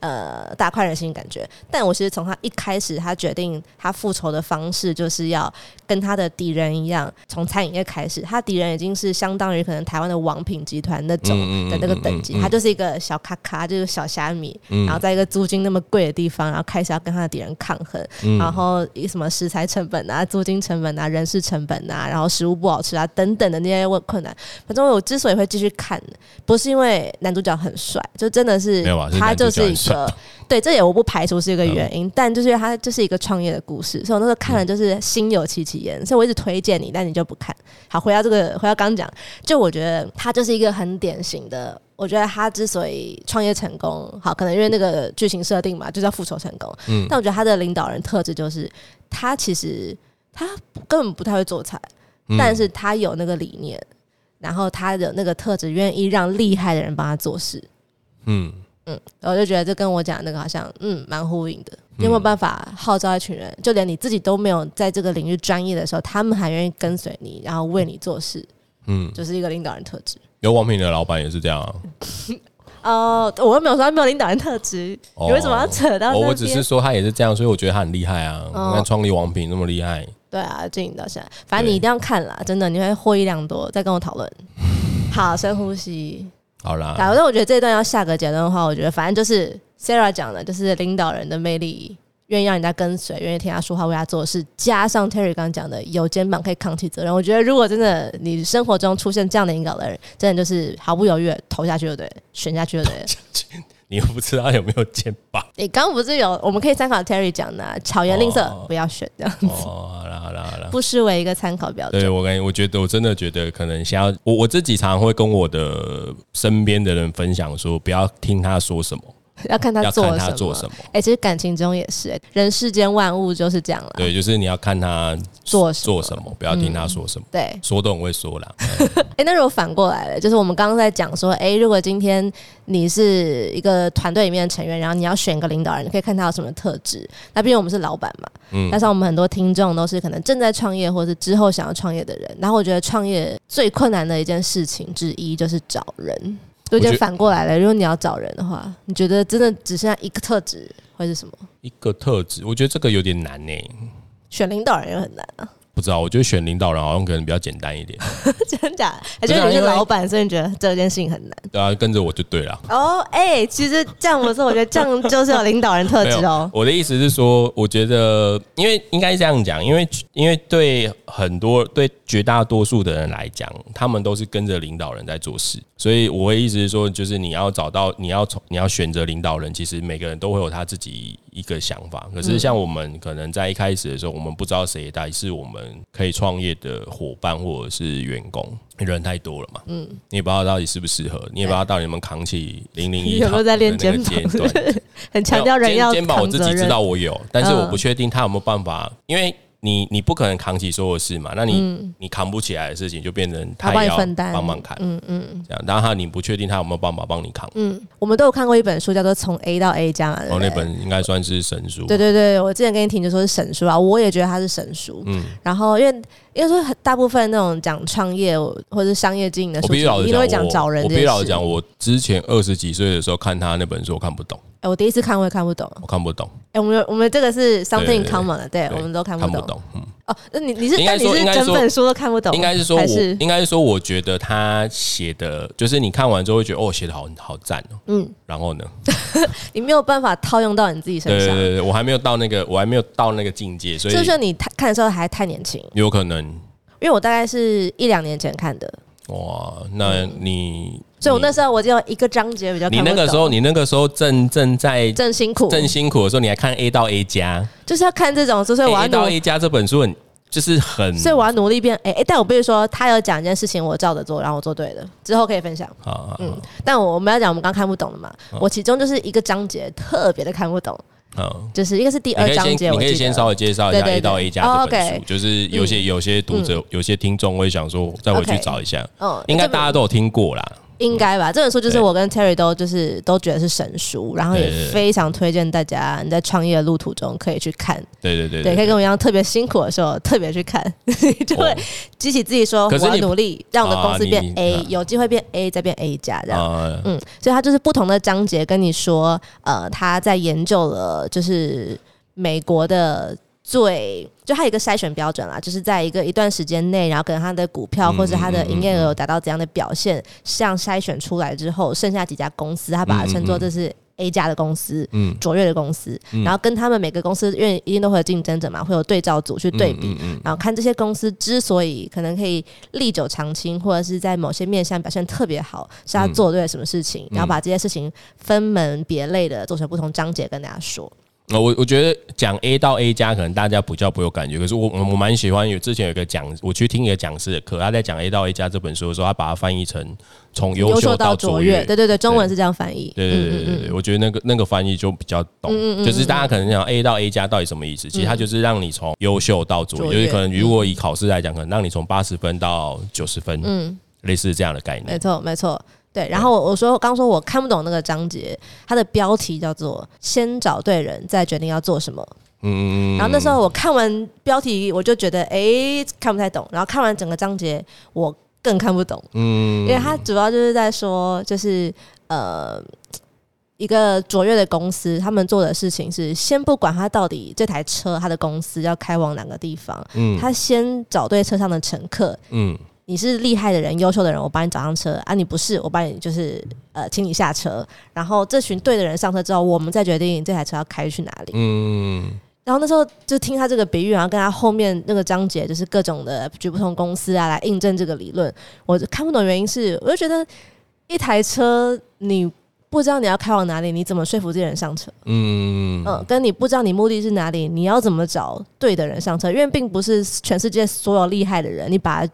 Speaker 4: 呃大快人心的感觉。但我其实从他一开始，他决定他复仇的方式就是要跟他的敌人一样，从餐饮业开始，他敌人已经是相当于可能台湾的王品集团那种
Speaker 2: 嗯嗯嗯
Speaker 4: 的那个
Speaker 2: 嗯
Speaker 4: 等级，
Speaker 2: 嗯嗯嗯
Speaker 4: 他就是一个小咔咔，就是小虾米，然后在一个租金那么贵的地方，然后开始要跟他的敌人抗衡，
Speaker 2: 嗯
Speaker 4: 然后以什么食材成本啊、租金成本啊、人事成本啊，然后食物不好吃啊等等的那些问困难。反正我之所以会继续看，不是因为男主角很帅，就真的是
Speaker 2: 没有啊是
Speaker 4: 他
Speaker 2: 男主
Speaker 4: 就
Speaker 2: 角
Speaker 4: 是一
Speaker 2: 很帅嗯
Speaker 4: 个对，这也我不排除是一个原因，但就是因为它就是一个创业的故事，所以我那时候看了就是心有戚戚焉，所以我一直推荐你，但你就不看。好，回到这个，回到刚刚讲，就我觉得它就是一个很典型的。我觉得他之所以创业成功，好，可能因为那个剧情设定嘛，就是要复仇成功。嗯，但我觉得他的领导人特质就是，他其实他根本不太会做菜，
Speaker 2: 嗯
Speaker 4: 但是他有那个理念，然后他有那个特质，愿意让厉害的人帮他做事。
Speaker 2: 嗯，
Speaker 4: 我就觉得这跟我讲的那个好像，嗯，蛮呼应的。你有没有办法号召一群人？就连你自己都没有在这个领域专业的时候，他们还愿意跟随你，然后为你做事，嗯，就是一个领导人特质。
Speaker 2: 有王品的老板也是这样啊。
Speaker 4: 哦、我又没有说他没有领导人特质，
Speaker 2: 哦
Speaker 4: 你为什么要扯到
Speaker 2: 我
Speaker 4: 那
Speaker 2: 我只是
Speaker 4: 边？
Speaker 2: 说他也是这样，所以我觉得他很厉害啊。
Speaker 4: 哦
Speaker 2: 你看创立王品那么厉害，
Speaker 4: 对啊，经营到现在，反正
Speaker 2: 对
Speaker 4: 你一定要看啦，真的，你会获益良多。再跟我讨 论。好，深呼吸。
Speaker 2: 好啦，
Speaker 4: 好，那我觉得这一段要下个结论的话，我觉得反正就是 Sarah 讲的，就是领导人的魅力，愿意让人家跟随，愿意听他说话，为他做事，加上 Terry 刚刚讲的有肩膀可以扛起责任。我觉得如果真的你生活中出现这样的领导人，真的就是毫不犹豫地投下去就对了，选下去就对 了。
Speaker 2: 你又不知道他有没有肩 膀
Speaker 4: 你刚刚不是有我们可以参考 Terry 讲的、啊，巧言令色、不要选这样，
Speaker 2: 哦。好啦好啦好啦，
Speaker 4: 不失为一个参考标准。
Speaker 2: 对我感觉，我觉得我真的觉得可能想要我我自己常常会跟我的身边的人分享说，不要听他说什么，
Speaker 4: 要看他
Speaker 2: 要
Speaker 4: 做
Speaker 2: 看
Speaker 4: 了
Speaker 2: 他
Speaker 4: 什
Speaker 2: 做
Speaker 4: 么。
Speaker 2: 什么。
Speaker 4: 哎、其实感情中也是、哎，人世间万物就是这样啦。
Speaker 2: 对，就是你要看他
Speaker 4: 做什么嗯
Speaker 2: 做什么，不要听他说什么，
Speaker 4: 对，
Speaker 2: 说都很会说啦。
Speaker 4: 哎、那如果反过来了，就是我们刚刚在讲说，哎、如果今天你是一个团队里面的成员，然后你要选一个领导人，你可以看他有什么特质。那毕竟我们是老板嘛，
Speaker 2: 嗯
Speaker 4: 加上我们很多听众都是可能正在创业或是之后想要创业的人。然后我觉得创业最困难的一件事情之一就是找人。如
Speaker 2: 我觉
Speaker 4: 果
Speaker 2: 得
Speaker 4: 反过来了，如果你要找人的话，你觉得真的只剩下一个特质会是什么？
Speaker 2: 一个特质，我觉得这个有点难欸呢、
Speaker 4: 选领导人也很难啊，
Speaker 2: 不知道，我觉得选领导人好像可能比较简单一点，
Speaker 4: 真假的？还
Speaker 2: 不是啊
Speaker 4: 是你是
Speaker 2: 因为
Speaker 4: 老板，所以你觉得这件事情很难？
Speaker 2: 对啊，跟着我就对了。
Speaker 4: 哦，哎、其实这样不是，我觉得这样就是有领导人特
Speaker 2: 没有
Speaker 4: 质哦。
Speaker 2: 我的意思是说，我觉得，因为应该这样讲，因为因为对很多对绝大多数的人来讲，他们都是跟着领导人在做事，所以我的意思是说，就是你要找到，你要从你要选择领导人，其实每个人都会有他自己一个想法。可
Speaker 4: 嗯
Speaker 2: 是像我们可能在一开始的时候，我们不知道谁才是我们可以创业的伙伴或者是员工。人太多了嘛，嗯，你也不知道到底适不适合，你也不知道到底能不能扛起零零 一
Speaker 4: 有没有在练肩膀很强调人要
Speaker 2: 肩肩膀，我
Speaker 4: 扛
Speaker 2: 自
Speaker 4: 责
Speaker 2: 己知
Speaker 4: 任。
Speaker 2: 道我有，但是
Speaker 4: 嗯
Speaker 2: 我不确定他有没有办法，因为你你不可能扛起所有事嘛，那你、你扛不起来的事情就变成
Speaker 4: 嗯他
Speaker 2: 他
Speaker 4: 帮你
Speaker 2: 要
Speaker 4: 分担
Speaker 2: 帮忙扛，嗯嗯，这样，然后你不确定他有没有办法帮你扛，嗯，
Speaker 4: 我们都有看过一本书，叫做《从 A 到 A 加》嘛，对
Speaker 2: 然后
Speaker 4: 不对
Speaker 2: 哦那本啊应该算是神书，
Speaker 4: 对对对，我之前跟你提就说是神书啊，我也觉得它是神书。嗯，然后因为因为说很大部分那种讲创业或者是商业经营的
Speaker 2: 我
Speaker 4: 书
Speaker 2: 必
Speaker 4: 籍，
Speaker 2: 须
Speaker 4: 一
Speaker 2: 老实
Speaker 4: 定
Speaker 2: 讲，
Speaker 4: 会讲
Speaker 2: 我
Speaker 4: 找人
Speaker 2: 我
Speaker 4: 这
Speaker 2: 必须
Speaker 4: 件
Speaker 2: 老
Speaker 4: 事
Speaker 2: 实。讲，我之前二十几岁的时候看他那本书，我看不懂，
Speaker 4: 哎，我第一次看我也看不懂。
Speaker 2: 我看不懂，
Speaker 4: 哎，我们我们这个是
Speaker 2: 对
Speaker 4: something
Speaker 2: 对对
Speaker 4: common 的，对
Speaker 2: 对
Speaker 4: 我们都看
Speaker 2: 看
Speaker 4: 不
Speaker 2: 不
Speaker 4: 懂。
Speaker 2: 懂，嗯。
Speaker 4: 哦，那你你是
Speaker 2: 应
Speaker 4: 那
Speaker 2: 该
Speaker 4: 你
Speaker 2: 说
Speaker 4: 是
Speaker 2: 应该
Speaker 4: 整
Speaker 2: 说
Speaker 4: 本书都看不懂？
Speaker 2: 应该是说
Speaker 4: 还
Speaker 2: 我
Speaker 4: 是，
Speaker 2: 应该是说我觉得他写的，就是你看完之后会觉得哦，写的好好赞哦。
Speaker 4: 嗯
Speaker 2: 嗯，然后呢？
Speaker 4: 你没有办法套用到你自己身
Speaker 2: 对对
Speaker 4: 上。
Speaker 2: 对对，我还没有到那个，我还没有到那个境界，所以
Speaker 4: 啊是不是你太看的时候还太年轻？
Speaker 2: 有可能
Speaker 4: 因为我大概是一两年前看的，
Speaker 2: 哇，那你
Speaker 4: 嗯所以我
Speaker 2: 你
Speaker 4: 那时候我只有一个章节比较看
Speaker 2: 你
Speaker 4: 不懂。
Speaker 2: 那个时候，你那个时候正正在
Speaker 4: 正辛苦，
Speaker 2: 正辛苦的时候，你还看 A 到 A 加，欸
Speaker 4: 就是要看这种书，所以我
Speaker 2: A
Speaker 4: 要
Speaker 2: 哎到
Speaker 4: 努，
Speaker 2: A 加这本书很就是很
Speaker 4: 所以我要努力变。哎、哎，但我必须说，他有讲一件事情，我照着做，然后我做对了，之后可以分享。
Speaker 2: 啊
Speaker 4: 但我我们要讲我们刚看不懂的嘛，
Speaker 2: 哦
Speaker 4: 我其中就是一个章节特别的看不懂，
Speaker 2: 啊。
Speaker 4: 就是一个是第
Speaker 2: 你
Speaker 4: 二
Speaker 2: 可以
Speaker 4: 章
Speaker 2: 先，
Speaker 4: 节，
Speaker 2: 你
Speaker 4: 我
Speaker 2: 可以
Speaker 4: 记
Speaker 2: 先
Speaker 4: 得。
Speaker 2: 稍微介绍一下
Speaker 4: 对对
Speaker 2: A 到
Speaker 4: 对
Speaker 2: A 加
Speaker 4: 哦
Speaker 2: 这本
Speaker 4: ，OK 嗯
Speaker 2: 书，就是有些有些读者、有些听众会想说，再回去
Speaker 4: OK
Speaker 2: 找一下，
Speaker 4: 嗯
Speaker 2: 应该
Speaker 4: 这本
Speaker 2: 大家都有听过啦。
Speaker 4: 应该吧，这本书就是
Speaker 2: 对
Speaker 4: 我跟 Terry 都就是都觉得是神书，然后也
Speaker 2: 对对对
Speaker 4: 非常推荐大家你在创业的路途中可以去看，
Speaker 2: 对对对
Speaker 4: 对，可以跟我一样特别辛苦的时候特别去看， 你就会
Speaker 2: 哦
Speaker 4: 激起自己说我
Speaker 2: 可是
Speaker 4: 要
Speaker 2: 你
Speaker 4: 努力让我的公司
Speaker 2: 啊
Speaker 4: 变
Speaker 2: 你
Speaker 4: A，
Speaker 2: 啊
Speaker 4: 有机会变 A 再变 A 加这样。
Speaker 2: 啊，
Speaker 4: 嗯，所以他就是不同的章节跟你说，呃，他在研究了就是美国的最，就他有一个筛选标准啦，就是在一个一段时间内，然后可能他的股票或者他的营业额有达到怎样的表现，像筛选出来之后，剩下几家公司，他把它称作这是 A 加的公司。
Speaker 2: 嗯，
Speaker 4: 卓越的公司，然后跟他们每个公司，因为一定都会有竞争者嘛，会有对照组去对比，
Speaker 2: 嗯嗯
Speaker 4: 然后看这些公司之所以可能可以历久常青，或者是在某些面向表现特别好，是
Speaker 2: 嗯
Speaker 4: 他做对了什么事情，然后把这些事情分门别类的做成不同章节跟大家说。
Speaker 2: 呃我我觉得讲 A 到 A 加可能大家比较不有感觉，可是我我我蛮喜欢有之前有一个讲，我去听一个讲师的课，他在讲 A 到 A 加这本书的时候，他把它翻译成从优秀到卓越。
Speaker 4: 对对对，中文是这样翻译。
Speaker 2: 对嗯对对对对，我觉得那个那个翻译就比较懂，就是大家可能想 A 到 A 加到底什么意思？其实它就是让你从优秀到嗯卓
Speaker 4: 卓
Speaker 2: 越，嗯
Speaker 4: 越
Speaker 2: 就是可能如果以考试来讲，可能让你从八十分到九十分，嗯，类似这样的概
Speaker 4: 没
Speaker 2: 念。
Speaker 4: 错没错。对，然后我我说刚说我看不懂那个章节，它的标题叫做“先找对人，再决定要做什么”。
Speaker 2: 嗯，
Speaker 4: 然后那时候我看完标题，我就觉得诶看不太懂，然后看完整个章节，我更看不懂。
Speaker 2: 嗯
Speaker 4: 因为它主要就是在说，就是呃，一个卓越的公司，他们做的事情是先不管它到底这台车，它的公司要开往哪个地方，
Speaker 2: 嗯
Speaker 4: 他先找对车上的乘客。
Speaker 2: 嗯
Speaker 4: 你是厉害的人、优秀的人，我帮你找上车啊！你不是，我帮你就是呃，请你下车。然后这群对的人上车之后，我们再决定这台车要开去哪里。
Speaker 2: 嗯
Speaker 4: 然后那时候就听他这个比喻，然后跟他后面那个章节就是各种的举不同公司啊来印证这个理论。我看不懂原因是，我就觉得一台车你不知道你要开往哪里，你怎么说服这些人上车？
Speaker 2: 嗯
Speaker 4: 嗯，跟你不知道你目的是哪里，你要怎么找对的人上车？因为并不是全世界所有厉害的人，你把。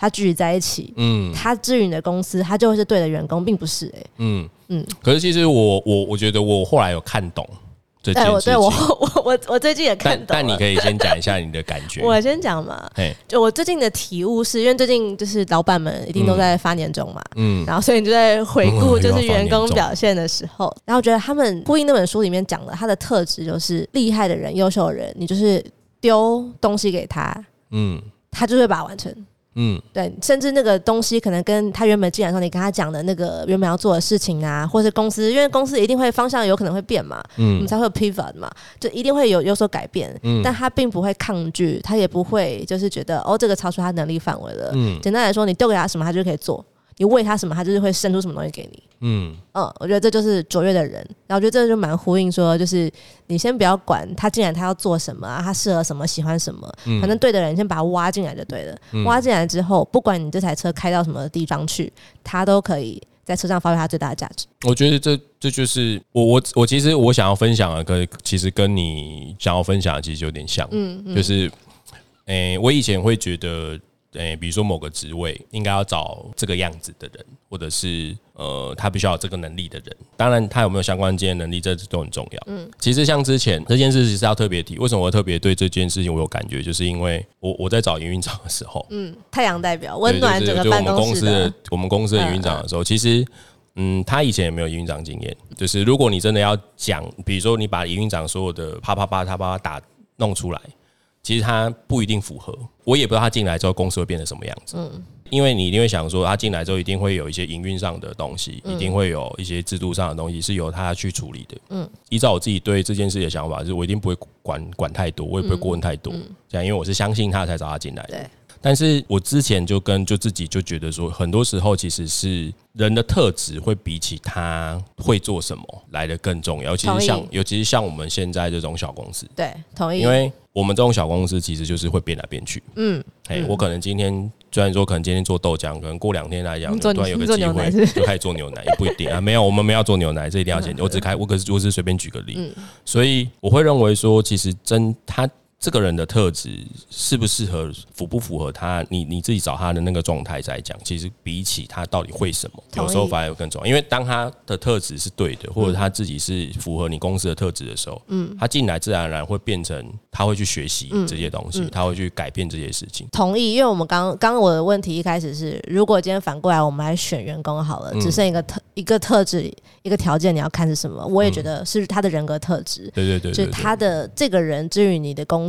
Speaker 4: 它聚集在一起，
Speaker 2: 嗯
Speaker 4: 它至于你的公司，它就会是对的员工，并不是哎、
Speaker 2: 嗯
Speaker 4: 嗯
Speaker 2: 嗯。可是其实我我我觉得我后来有看懂这件
Speaker 4: 对，哎我
Speaker 2: 事情
Speaker 4: 对，我我我我最近也看
Speaker 2: 但
Speaker 4: 懂
Speaker 2: 但你
Speaker 4: 了。
Speaker 2: 可以先讲一下你的感觉。
Speaker 4: 我先讲嘛，
Speaker 2: 嘿，
Speaker 4: 就我最近的体悟是，因为最近就是老板们一定都在发年终嘛，
Speaker 2: 嗯
Speaker 4: 然后所以你就在回顾
Speaker 2: 嗯
Speaker 4: 就
Speaker 2: 又要
Speaker 4: 是
Speaker 2: 放
Speaker 4: 员
Speaker 2: 年
Speaker 4: 工
Speaker 2: 终
Speaker 4: 表现的时候，然后我觉得他们呼应那本书里面讲的，他的特质就是厉害的人、优秀的人，你就是丢东西给他，
Speaker 2: 嗯
Speaker 4: 他就会把它完成。
Speaker 2: 嗯
Speaker 4: 对，甚至那个东西可能跟他原本进来的时候你跟他讲的那个原本要做的事情啊，或是公司，因为公司一定会方向有可能会变嘛，我们
Speaker 2: 嗯
Speaker 4: 才会有 pivot 嘛，就一定会有有所改变。
Speaker 2: 嗯
Speaker 4: 但他并不会抗拒，他也不会就是觉得哦，这个超出他能力范围了。
Speaker 2: 嗯
Speaker 4: 简单来说，你丢给他什么，他就可以做；你喂他什么，他就是会生出什么东西给你。
Speaker 2: 嗯
Speaker 4: 嗯，我觉得这就是卓越的人。然后我觉得这就蛮呼应说，就是你先不要管他进来他要做什么啊，他适合什么，喜欢什么，
Speaker 2: 嗯
Speaker 4: 反正对的人你先把他挖进来就对了。
Speaker 2: 嗯
Speaker 4: 挖进来之后，不管你这台车开到什么地方去，他都可以在车上发挥他最大的价值。
Speaker 2: 我觉得这这就是我我我其实我想要分享的，跟其实跟你想要分享的其实有点像，
Speaker 4: 嗯嗯
Speaker 2: 就是，诶、我以前会觉得，诶、比如说某个职位应该要找这个样子的人，或者是呃，他必须要有这个能力的人。当然，他有没有相关经验能力，这都很重要。嗯，其实像之前这件事，其实要特别提，为什么我特别对这件事情我有感觉，就是因为我我在找营运长的时候，
Speaker 4: 嗯，太阳代表温暖
Speaker 2: 对
Speaker 4: 整个
Speaker 2: 就是就我
Speaker 4: 办
Speaker 2: 们
Speaker 4: 公
Speaker 2: 公
Speaker 4: 室
Speaker 2: 司的
Speaker 4: 的。
Speaker 2: 我们公司的营运长的时候，其实。嗯，他以前也没有营运长经验。就是如果你真的要讲，比如说你把营运长所有的啪啪啪啪啪打弄出来，其实他不一定符合。我也不知道他进来之后公司会变成什么样子。因为你一定会想说，他进来之后一定会有一些营运上的东西，
Speaker 4: 嗯
Speaker 2: 一定会有一些制度上的东西是由他去处理的。嗯，依照我自己对这件事的想法，就是我一定不会管管太多，我也不会过问太多，这样因为我是相信他才找他进来的。
Speaker 4: 嗯对
Speaker 2: 但是我之前就跟就自己就觉得说，很多时候其实是人的特质会比起他会做什么来的更重要，尤其
Speaker 4: 同
Speaker 2: 是
Speaker 4: 意
Speaker 2: 像尤其是像我们现在这种小公司，
Speaker 4: 对，同意。
Speaker 2: 因为我们这种小公司其实就是会变来变去。
Speaker 4: 嗯，
Speaker 2: 哎、我可能今天虽然说可能今天做豆浆，可能过两天来讲，
Speaker 4: 你做
Speaker 2: 突然有个
Speaker 4: 你做
Speaker 2: 机
Speaker 4: 牛奶
Speaker 2: 会
Speaker 4: 是不是嗯
Speaker 2: 就开始做牛奶，也不一 定啊。没有，我们没有要做牛奶，这一定要先，我只开，我可是我只是随便举个例，所以我会认为说，其实真他。这个人的特质适不适合、符不符合他，你你自己找他的那个状态来讲，其实比起他到底会什么，
Speaker 4: 同意嗯
Speaker 2: 有时候反而更重要。因为当他的特质是对的，或者他自己是符合你公司的特质的时候，嗯，他进来自然而然会变成他会去学习
Speaker 4: 嗯
Speaker 2: 这些东西，他会去改变这些事情。
Speaker 4: 同意，因为我们刚刚我的问题一开始是，如果今天反过来我们来选员工好了，只剩一个特一个特质一个条件，你要看是什么？我也觉得是他的人格特质，
Speaker 2: 对对对
Speaker 4: 就
Speaker 2: 对
Speaker 4: 是
Speaker 2: 对，
Speaker 4: 他的这个人至于你的公司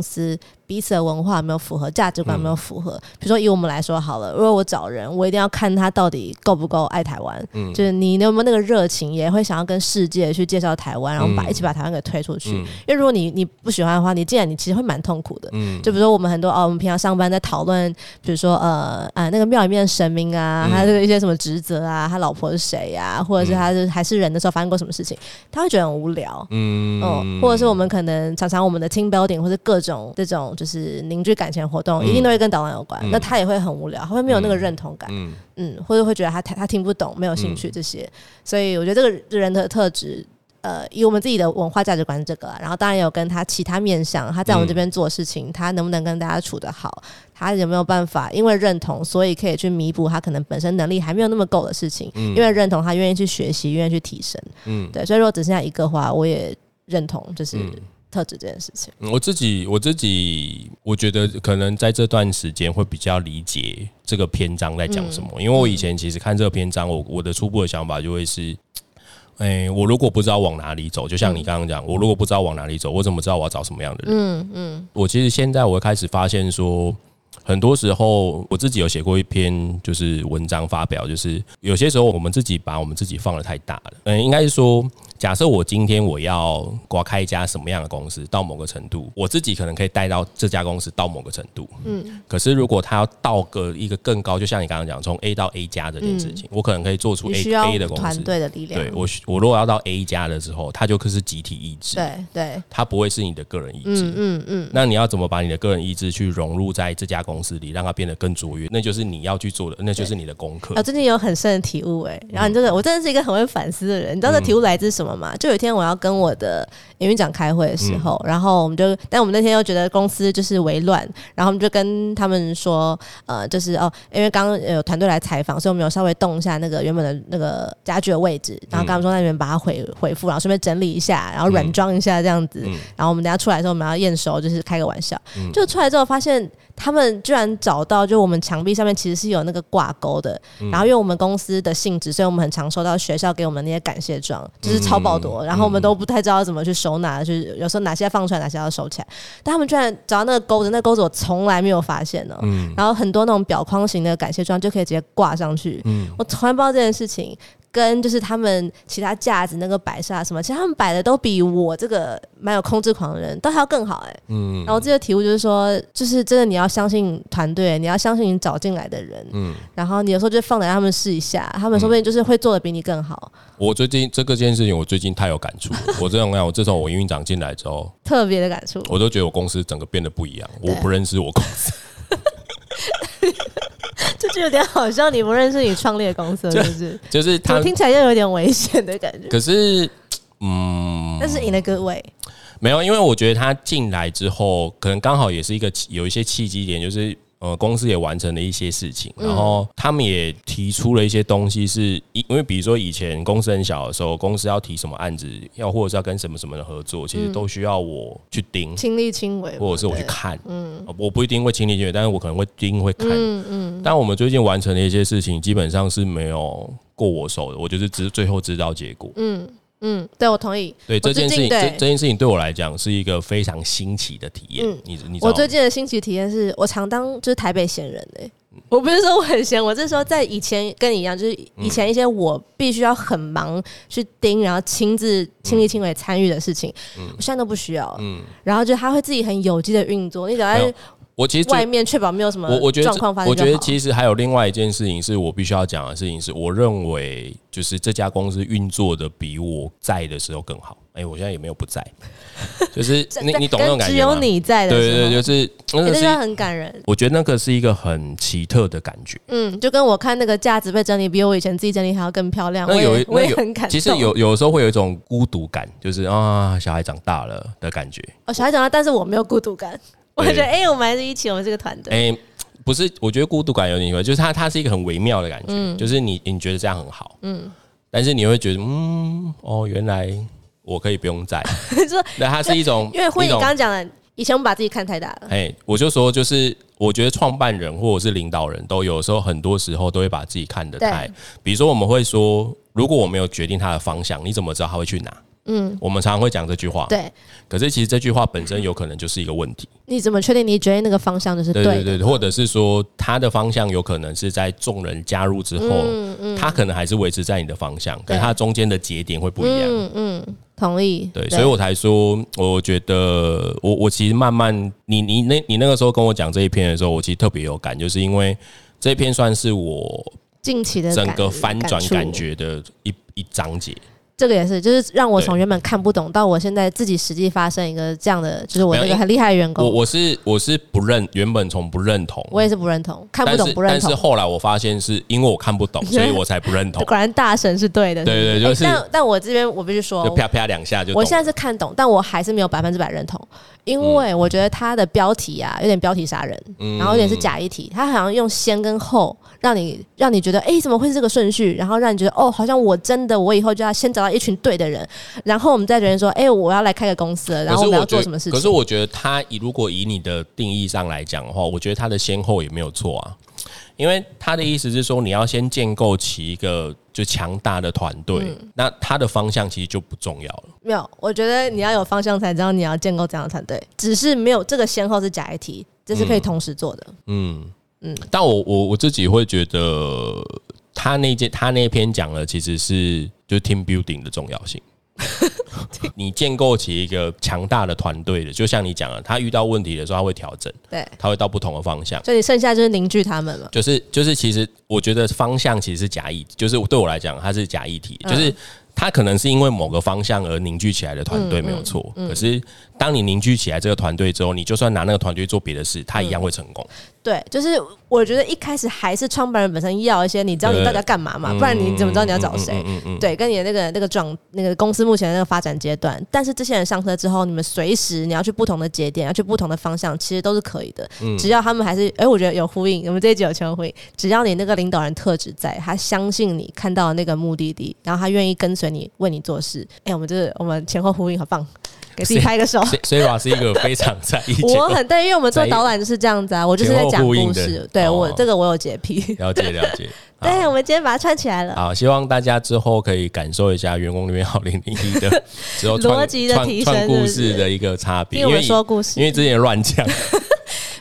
Speaker 4: 彼此的文化有没有符合，价值观有没有符
Speaker 2: 嗯
Speaker 4: 合。比如说以我们来说好了，如果我找人，我一定要看他到底够不够爱台湾，
Speaker 2: 嗯
Speaker 4: 就是你有没有那个热情，也会想要跟世界去介绍台湾，然后把、
Speaker 2: 嗯
Speaker 4: 一起把台湾给推出去。因为如果你你不喜欢的话，你进来你其实会蛮痛苦的。
Speaker 2: 嗯
Speaker 4: 就比如说我们很多哦，我们平常上班在讨论，比如说呃啊那个庙里面的神明啊，
Speaker 2: 嗯
Speaker 4: 他的一些什么职责啊，他老婆是谁呀、啊，或者是他是还是人的时候发生过什么事情，他会觉得很无聊。
Speaker 2: 嗯
Speaker 4: 嗯，或者是我们可能常常我们的 team building 或者各种这种就是凝聚感情的活动，
Speaker 2: 嗯
Speaker 4: 一定都会跟导览有关。
Speaker 2: 嗯
Speaker 4: 那他也会很无聊，他会没有那个认同感，
Speaker 2: 嗯
Speaker 4: 嗯或者会觉得他他他听不懂，没有兴趣这些。所以我觉得这个人的特质，呃，以我们自己的文化价值观是这个啊，然后当然也有跟他其他面向，他在我们这边做事
Speaker 2: 嗯
Speaker 4: 情，他能不能跟大家处得好，他有没有办法因为认同，所以可以去弥补他可能本身能力还没有那么够的事情，因为认同他愿意去学习，愿意去提升。
Speaker 2: 嗯
Speaker 4: 对，所以如果只剩下一个的话，我也认同就是
Speaker 2: 嗯
Speaker 4: 特质这件事情。
Speaker 2: 嗯，我自己我自己，我觉得可能在这段时间会比较理解这个篇章在讲什么，
Speaker 4: 嗯
Speaker 2: 因为我以前其实看这个篇章，我我的初步的想法就会是。哎、我如果不知道往哪里走，就像你刚刚讲，我如果不知道往哪里走，我怎么知道我要找什么样的人？
Speaker 4: 嗯嗯
Speaker 2: 我其实现在我会开始发现说，很多时候我自己有写过一篇就是文章发表，就是有些时候我们自己把我们自己放得太大了。嗯，应该是说，假设我今天我要我要开一家什么样的公司，到某个程度，我自己可能可以带到这家公司到某个程度。嗯，可是如果他要到个一个更高，就像你刚刚讲，从 A 到 A 加这件事情，我可能可以做
Speaker 4: 嗯
Speaker 2: 出
Speaker 4: 你
Speaker 2: A
Speaker 4: 需要
Speaker 2: A 的公
Speaker 4: 团
Speaker 2: 司。
Speaker 4: 队的力量。
Speaker 2: 对我，我如果要到 A 加的时候，它就可是集体意志，
Speaker 4: 对对，
Speaker 2: 它不会是你的个人意志。
Speaker 4: 嗯嗯嗯，
Speaker 2: 那你要怎么把你的个人意志去融入在这家家公司里，让它变得更卓越，那就是你要去做的，那就是你的功课
Speaker 4: 啊，。最近有很深的体悟哎、然后你真的，我真的是一个很会反思的人。你知道这体悟来自什么吗？就有一天我要跟我的营运长开会的时候，然后我们就，但我们那天又觉得公司就是微乱，然后我们就跟他们说，呃，就是哦，因为刚刚有团队来采访，所以我们有稍微动一下那个原本的那个家具的位置，然后跟他们说那你们把它回回复，然后顺便整理一下，然后软装一下这样子。然后我们等一下出来的时候，我们要验收，就是开个玩笑。就出来之后发现，他们居然找到，就我们墙壁上面其实是有那个挂钩的。然后因为我们公司的性质，所以我们很常收到学校给我们那些感谢状，就是超爆多。然后我们都不太知道怎么去收纳，就是有时候哪些放出来，哪些要收起来。但他们居然找到那个钩子，那钩子我从来没有发现哦、然后很多那种表框型的感谢状就可以直接挂上去。我从来不知道这件事情。跟就是他们其他架子那个摆设啊什么，其实他们摆的都比我这个蛮有控制狂的人都还要更好哎、嗯，然后这个体悟就是说，就是真的你要相信团队，你要相信你找进来的人，嗯，然后你有时候就放给他们试一下，他们说不
Speaker 2: 嗯
Speaker 4: 定就是会做的比你更好，
Speaker 2: 我最近这个件事情，我最近太有感 触了。我这种讲，我自从我营运长进来之后，
Speaker 4: 特别的感触。
Speaker 2: 我都觉得我公司整个变得不一样。我不认识我公司，
Speaker 4: 这 就有点好像你不认识你创立的公 司，是不是？
Speaker 2: 就是
Speaker 4: 怎么
Speaker 2: 他。
Speaker 4: 听起来又有点危险的感觉？
Speaker 2: 可是，嗯，
Speaker 4: 但是 in a good way，
Speaker 2: 没有，因为我觉得他进来之后，可能刚好也是一个契有一些契机点，就是呃，公司也完成了一些事情，然后他们也提出了一些东西是，因因为比如说以前公司很小的时候，公司要提什么案子，要或者是要跟什么什么的合作，其实都需要我去盯。
Speaker 4: 亲力亲为嘛，
Speaker 2: 或者是我去
Speaker 4: 对
Speaker 2: 看，嗯，我不一定会亲力亲为，但是我可能会盯会看，嗯嗯。但我们最近完成的一些事情，基本上是没有过我手的，我就是只最后知道结果。
Speaker 4: 嗯，对我同意。
Speaker 2: 对这件事情，
Speaker 4: 最近
Speaker 2: 这
Speaker 4: 对
Speaker 2: 这件事情对我来讲是一个非常新奇的体验。你你知道
Speaker 4: 嗯我
Speaker 2: 吗
Speaker 4: 最近的新奇体验是我常当就是台北闲人哎、
Speaker 2: 嗯
Speaker 4: 我不是说我很闲，我是说在以前跟你一样，就是
Speaker 2: 嗯
Speaker 4: 以前一些我必须要很忙去盯，然后亲自
Speaker 2: 嗯
Speaker 4: 亲力亲为参与的事情，我现在都不需要。嗯，然后就他会自己很有机的运作，你只要
Speaker 2: 没
Speaker 4: 在
Speaker 2: 有我其实最
Speaker 4: 外面确保没有什么
Speaker 2: 我我觉得
Speaker 4: 状
Speaker 2: 这
Speaker 4: 况发生
Speaker 2: 我
Speaker 4: 就好。
Speaker 2: 觉得其实还有另外一件事情是我必须要讲的事情是，我认为就是这家公司运作的比我在的时候更好。哎、我现在也没有 不在，就是
Speaker 4: 在
Speaker 2: 你
Speaker 4: 在
Speaker 2: 你懂那种
Speaker 4: 跟
Speaker 2: 感觉
Speaker 4: 只有
Speaker 2: 吗
Speaker 4: 你在
Speaker 2: 对
Speaker 4: 的时候，
Speaker 2: 对对，就是那
Speaker 4: 欸
Speaker 2: 个
Speaker 4: 那
Speaker 2: 是
Speaker 4: 真的
Speaker 2: 一，
Speaker 4: 很感人。
Speaker 2: 我觉得那个是一个很奇特的感觉。
Speaker 4: 嗯，就跟我看那个架子被整理，比我以前自己整理还要更漂亮。
Speaker 2: 那
Speaker 4: 我
Speaker 2: 有
Speaker 4: 也
Speaker 2: 一
Speaker 4: 我
Speaker 2: 那
Speaker 4: 也
Speaker 2: 有
Speaker 4: 很感动。
Speaker 2: 其实有有时候会有一种孤独感，就是啊，小孩长大了的感觉。
Speaker 4: 哦，小孩长大，但是我没有孤独感。我觉得，哎、我们还是一起，我们这个团 队。
Speaker 2: 哎、不是，我觉得孤独感有点奇怪，就是它它是一个很微妙的感觉，
Speaker 4: 嗯
Speaker 2: 就是你你觉得这样很好，嗯，但是你会觉得，嗯，哦，原来我可以不 用在，
Speaker 4: 说
Speaker 2: 那它是一种
Speaker 4: 因为婚
Speaker 2: 一
Speaker 4: 你
Speaker 2: 种
Speaker 4: 刚刚讲了，以前我们把自己看太大了，
Speaker 2: 哎、我就说，就是我觉得创办人或者是领导人都有时候很多时候都会把自己看得太
Speaker 4: 对，
Speaker 2: 比如说我们会说，如果我没有决定他的方向，你怎么知道他会去哪？嗯，我们常常会讲这句话，
Speaker 4: 对，
Speaker 2: 可是其实这句话本身有可能就是一个问题，
Speaker 4: 你怎么确定你决定那个方向就是
Speaker 2: 对
Speaker 4: 的
Speaker 2: 对对，或者是说他的方向有可能是在众人加入之后，
Speaker 4: 嗯
Speaker 2: 他可能还是维持在你的方向，可是他中间的节点会不一样。
Speaker 4: 嗯嗯，同意。
Speaker 2: 对，所以我才说，我觉得我我其实慢慢，你你那你那个时候跟我讲这一篇的时候，我其实特别有感，就是因为这一篇算是我
Speaker 4: 近期的
Speaker 2: 整
Speaker 4: 感
Speaker 2: 个翻转
Speaker 4: 触
Speaker 2: 感觉的一一章节。
Speaker 4: 这个也是，就是让我
Speaker 2: 对
Speaker 4: 从原本看不懂到我现在自己实际发生一个这样的，就是我
Speaker 2: 没有
Speaker 4: 那个
Speaker 2: 因
Speaker 4: 很厉害的员工，
Speaker 2: 我我是我是不认，原本从不认同，
Speaker 4: 哦我也是不认同，看不
Speaker 2: 但
Speaker 4: 懂
Speaker 2: 是
Speaker 4: 不认
Speaker 2: 但
Speaker 4: 同
Speaker 2: 是。后来我发现是因为我看 不懂，所以我才不认同。
Speaker 4: 果然大神是对的，
Speaker 2: 对对
Speaker 4: 不
Speaker 2: 就是
Speaker 4: 哎但但我这边我必须说
Speaker 2: 就，啪啪两下就
Speaker 4: 哦
Speaker 2: 懂
Speaker 4: 我
Speaker 2: 了。
Speaker 4: 现在是看懂，但我还是没有百分之百认同，因
Speaker 2: 嗯
Speaker 4: 为我觉得它的标题啊，有点标题杀人，然后有点是假议题，它好像用先跟后，让你让你觉得，哎、怎么会是这个顺序？然后让你觉得，哦，好像我真的，我以后就要先找到一群对的人，然后我们再决定说，哎、我要来开个公司了，然后
Speaker 2: 可是
Speaker 4: 们要
Speaker 2: 觉
Speaker 4: 做
Speaker 2: 得
Speaker 4: 什么事情？
Speaker 2: 可是我觉得他以如果以你的定义上来讲的话，我觉得他的先后也没有错啊，因为他的意思是说你要先建构起一个就强大的团队，
Speaker 4: 嗯
Speaker 2: 那他的方向其实就不重要了。
Speaker 4: 没有，我觉得你要有方向才知道你要建构怎样的团队，只是没有这个先后是假议题，这是可以同时做的。
Speaker 2: 但我我我自己会觉得他那件他那篇讲的其实是就是 team building 的重要 性。你建构起一个强大的团队的，就像你讲的，他遇到问题的时候他会调整，
Speaker 4: 对，
Speaker 2: 他会到不同的方向。
Speaker 4: 所以你剩下就是凝聚他们嘛。
Speaker 2: 就是就是，其实我觉得方向其实是假议，就是对我来讲，它是假议题，
Speaker 4: 嗯
Speaker 2: 就是它可能是因为某个方向而凝聚起来的团
Speaker 4: 嗯
Speaker 2: 队没有
Speaker 4: 嗯
Speaker 2: 错。可是当你凝聚起来这个团队之后，你就算拿那个团队做别的事，它一样会成功。
Speaker 4: 对，就是我觉得一开始还是创办人本身要一些，你知道你到底要干嘛嘛，不然你怎么知道你要找谁？
Speaker 2: 嗯嗯嗯嗯
Speaker 4: 对，跟你的那个那个状那个公司目前的那个发展阶段，但是这些人上车之后，你们随时你要去不同的节点，要去不同的方向，其实都是可以的。
Speaker 2: 嗯
Speaker 4: 只要他们还是，哎、我觉得有呼应，我们这一集有全呼应。只要你那个领导人特质在，他相信你看到的那个目的地，然后他愿意跟随你，为你做事。
Speaker 2: 嗯
Speaker 4: 哎、我们这、是我们前后呼应，好棒，给自己拍个 手。
Speaker 2: 所以所以 Sara 是一个非常在意前
Speaker 4: 我
Speaker 2: 后
Speaker 4: 很对，因为我们做导览就是这样子啊，我就是在讲故
Speaker 2: 前后呼应的
Speaker 4: 事。对我
Speaker 2: 哦
Speaker 4: 这个我有洁癖，
Speaker 2: 了解了解。 好
Speaker 4: 对我们今天把它串起来了。
Speaker 2: 好，希望大家之后可以感受一下员工里面好零零一的 之后
Speaker 4: 逻
Speaker 2: 创
Speaker 4: 辑的提
Speaker 2: 创
Speaker 4: 升
Speaker 2: 创故
Speaker 4: 是不
Speaker 2: 事
Speaker 4: 是
Speaker 2: 的一个差别，
Speaker 4: 听我们说故事
Speaker 2: 因为之前乱讲，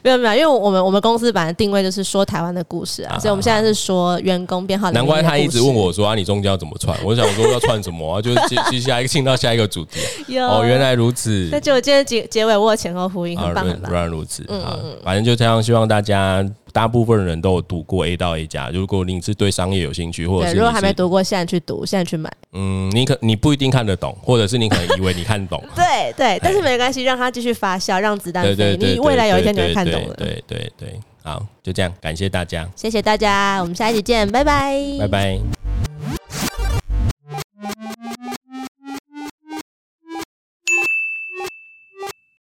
Speaker 4: 没有没有，因为我们我们公司本来定位就是说台湾的故事啊，所以我们现在是说员工编号。
Speaker 2: 难怪他一直问，我说啊，你中间要怎么串？我想说要串什么啊？ 就是接接下一个进到下一个主题啊。哦，原
Speaker 4: 来。
Speaker 2: 来 如此
Speaker 4: 那。就我今天结结尾我有前后呼应，
Speaker 2: 啊，
Speaker 4: 嗯很棒很
Speaker 2: 原
Speaker 4: 棒。嗯
Speaker 2: 原来如此啊，反正就这样，希望大家大部分人都有读过 A 到 A 加。如果你是对商业有兴趣，或者
Speaker 4: 对，
Speaker 2: 是
Speaker 4: 如果
Speaker 2: 你
Speaker 4: 还
Speaker 2: 是
Speaker 4: 没读过，现在去读，现在去买。
Speaker 2: 嗯，你可你不一定看得懂，或者是你可能以为你看 懂，
Speaker 4: 对对，但是没关系，让它继续发酵，让子弹
Speaker 2: 对对
Speaker 4: 飞。
Speaker 2: 对，
Speaker 4: 你未来有一天你会
Speaker 2: 对
Speaker 4: 看
Speaker 2: 对
Speaker 4: 懂的。
Speaker 2: 对对对，对好，就这样，感谢大家，
Speaker 4: 谢谢大家，我们下一集见，拜拜。
Speaker 2: 拜拜。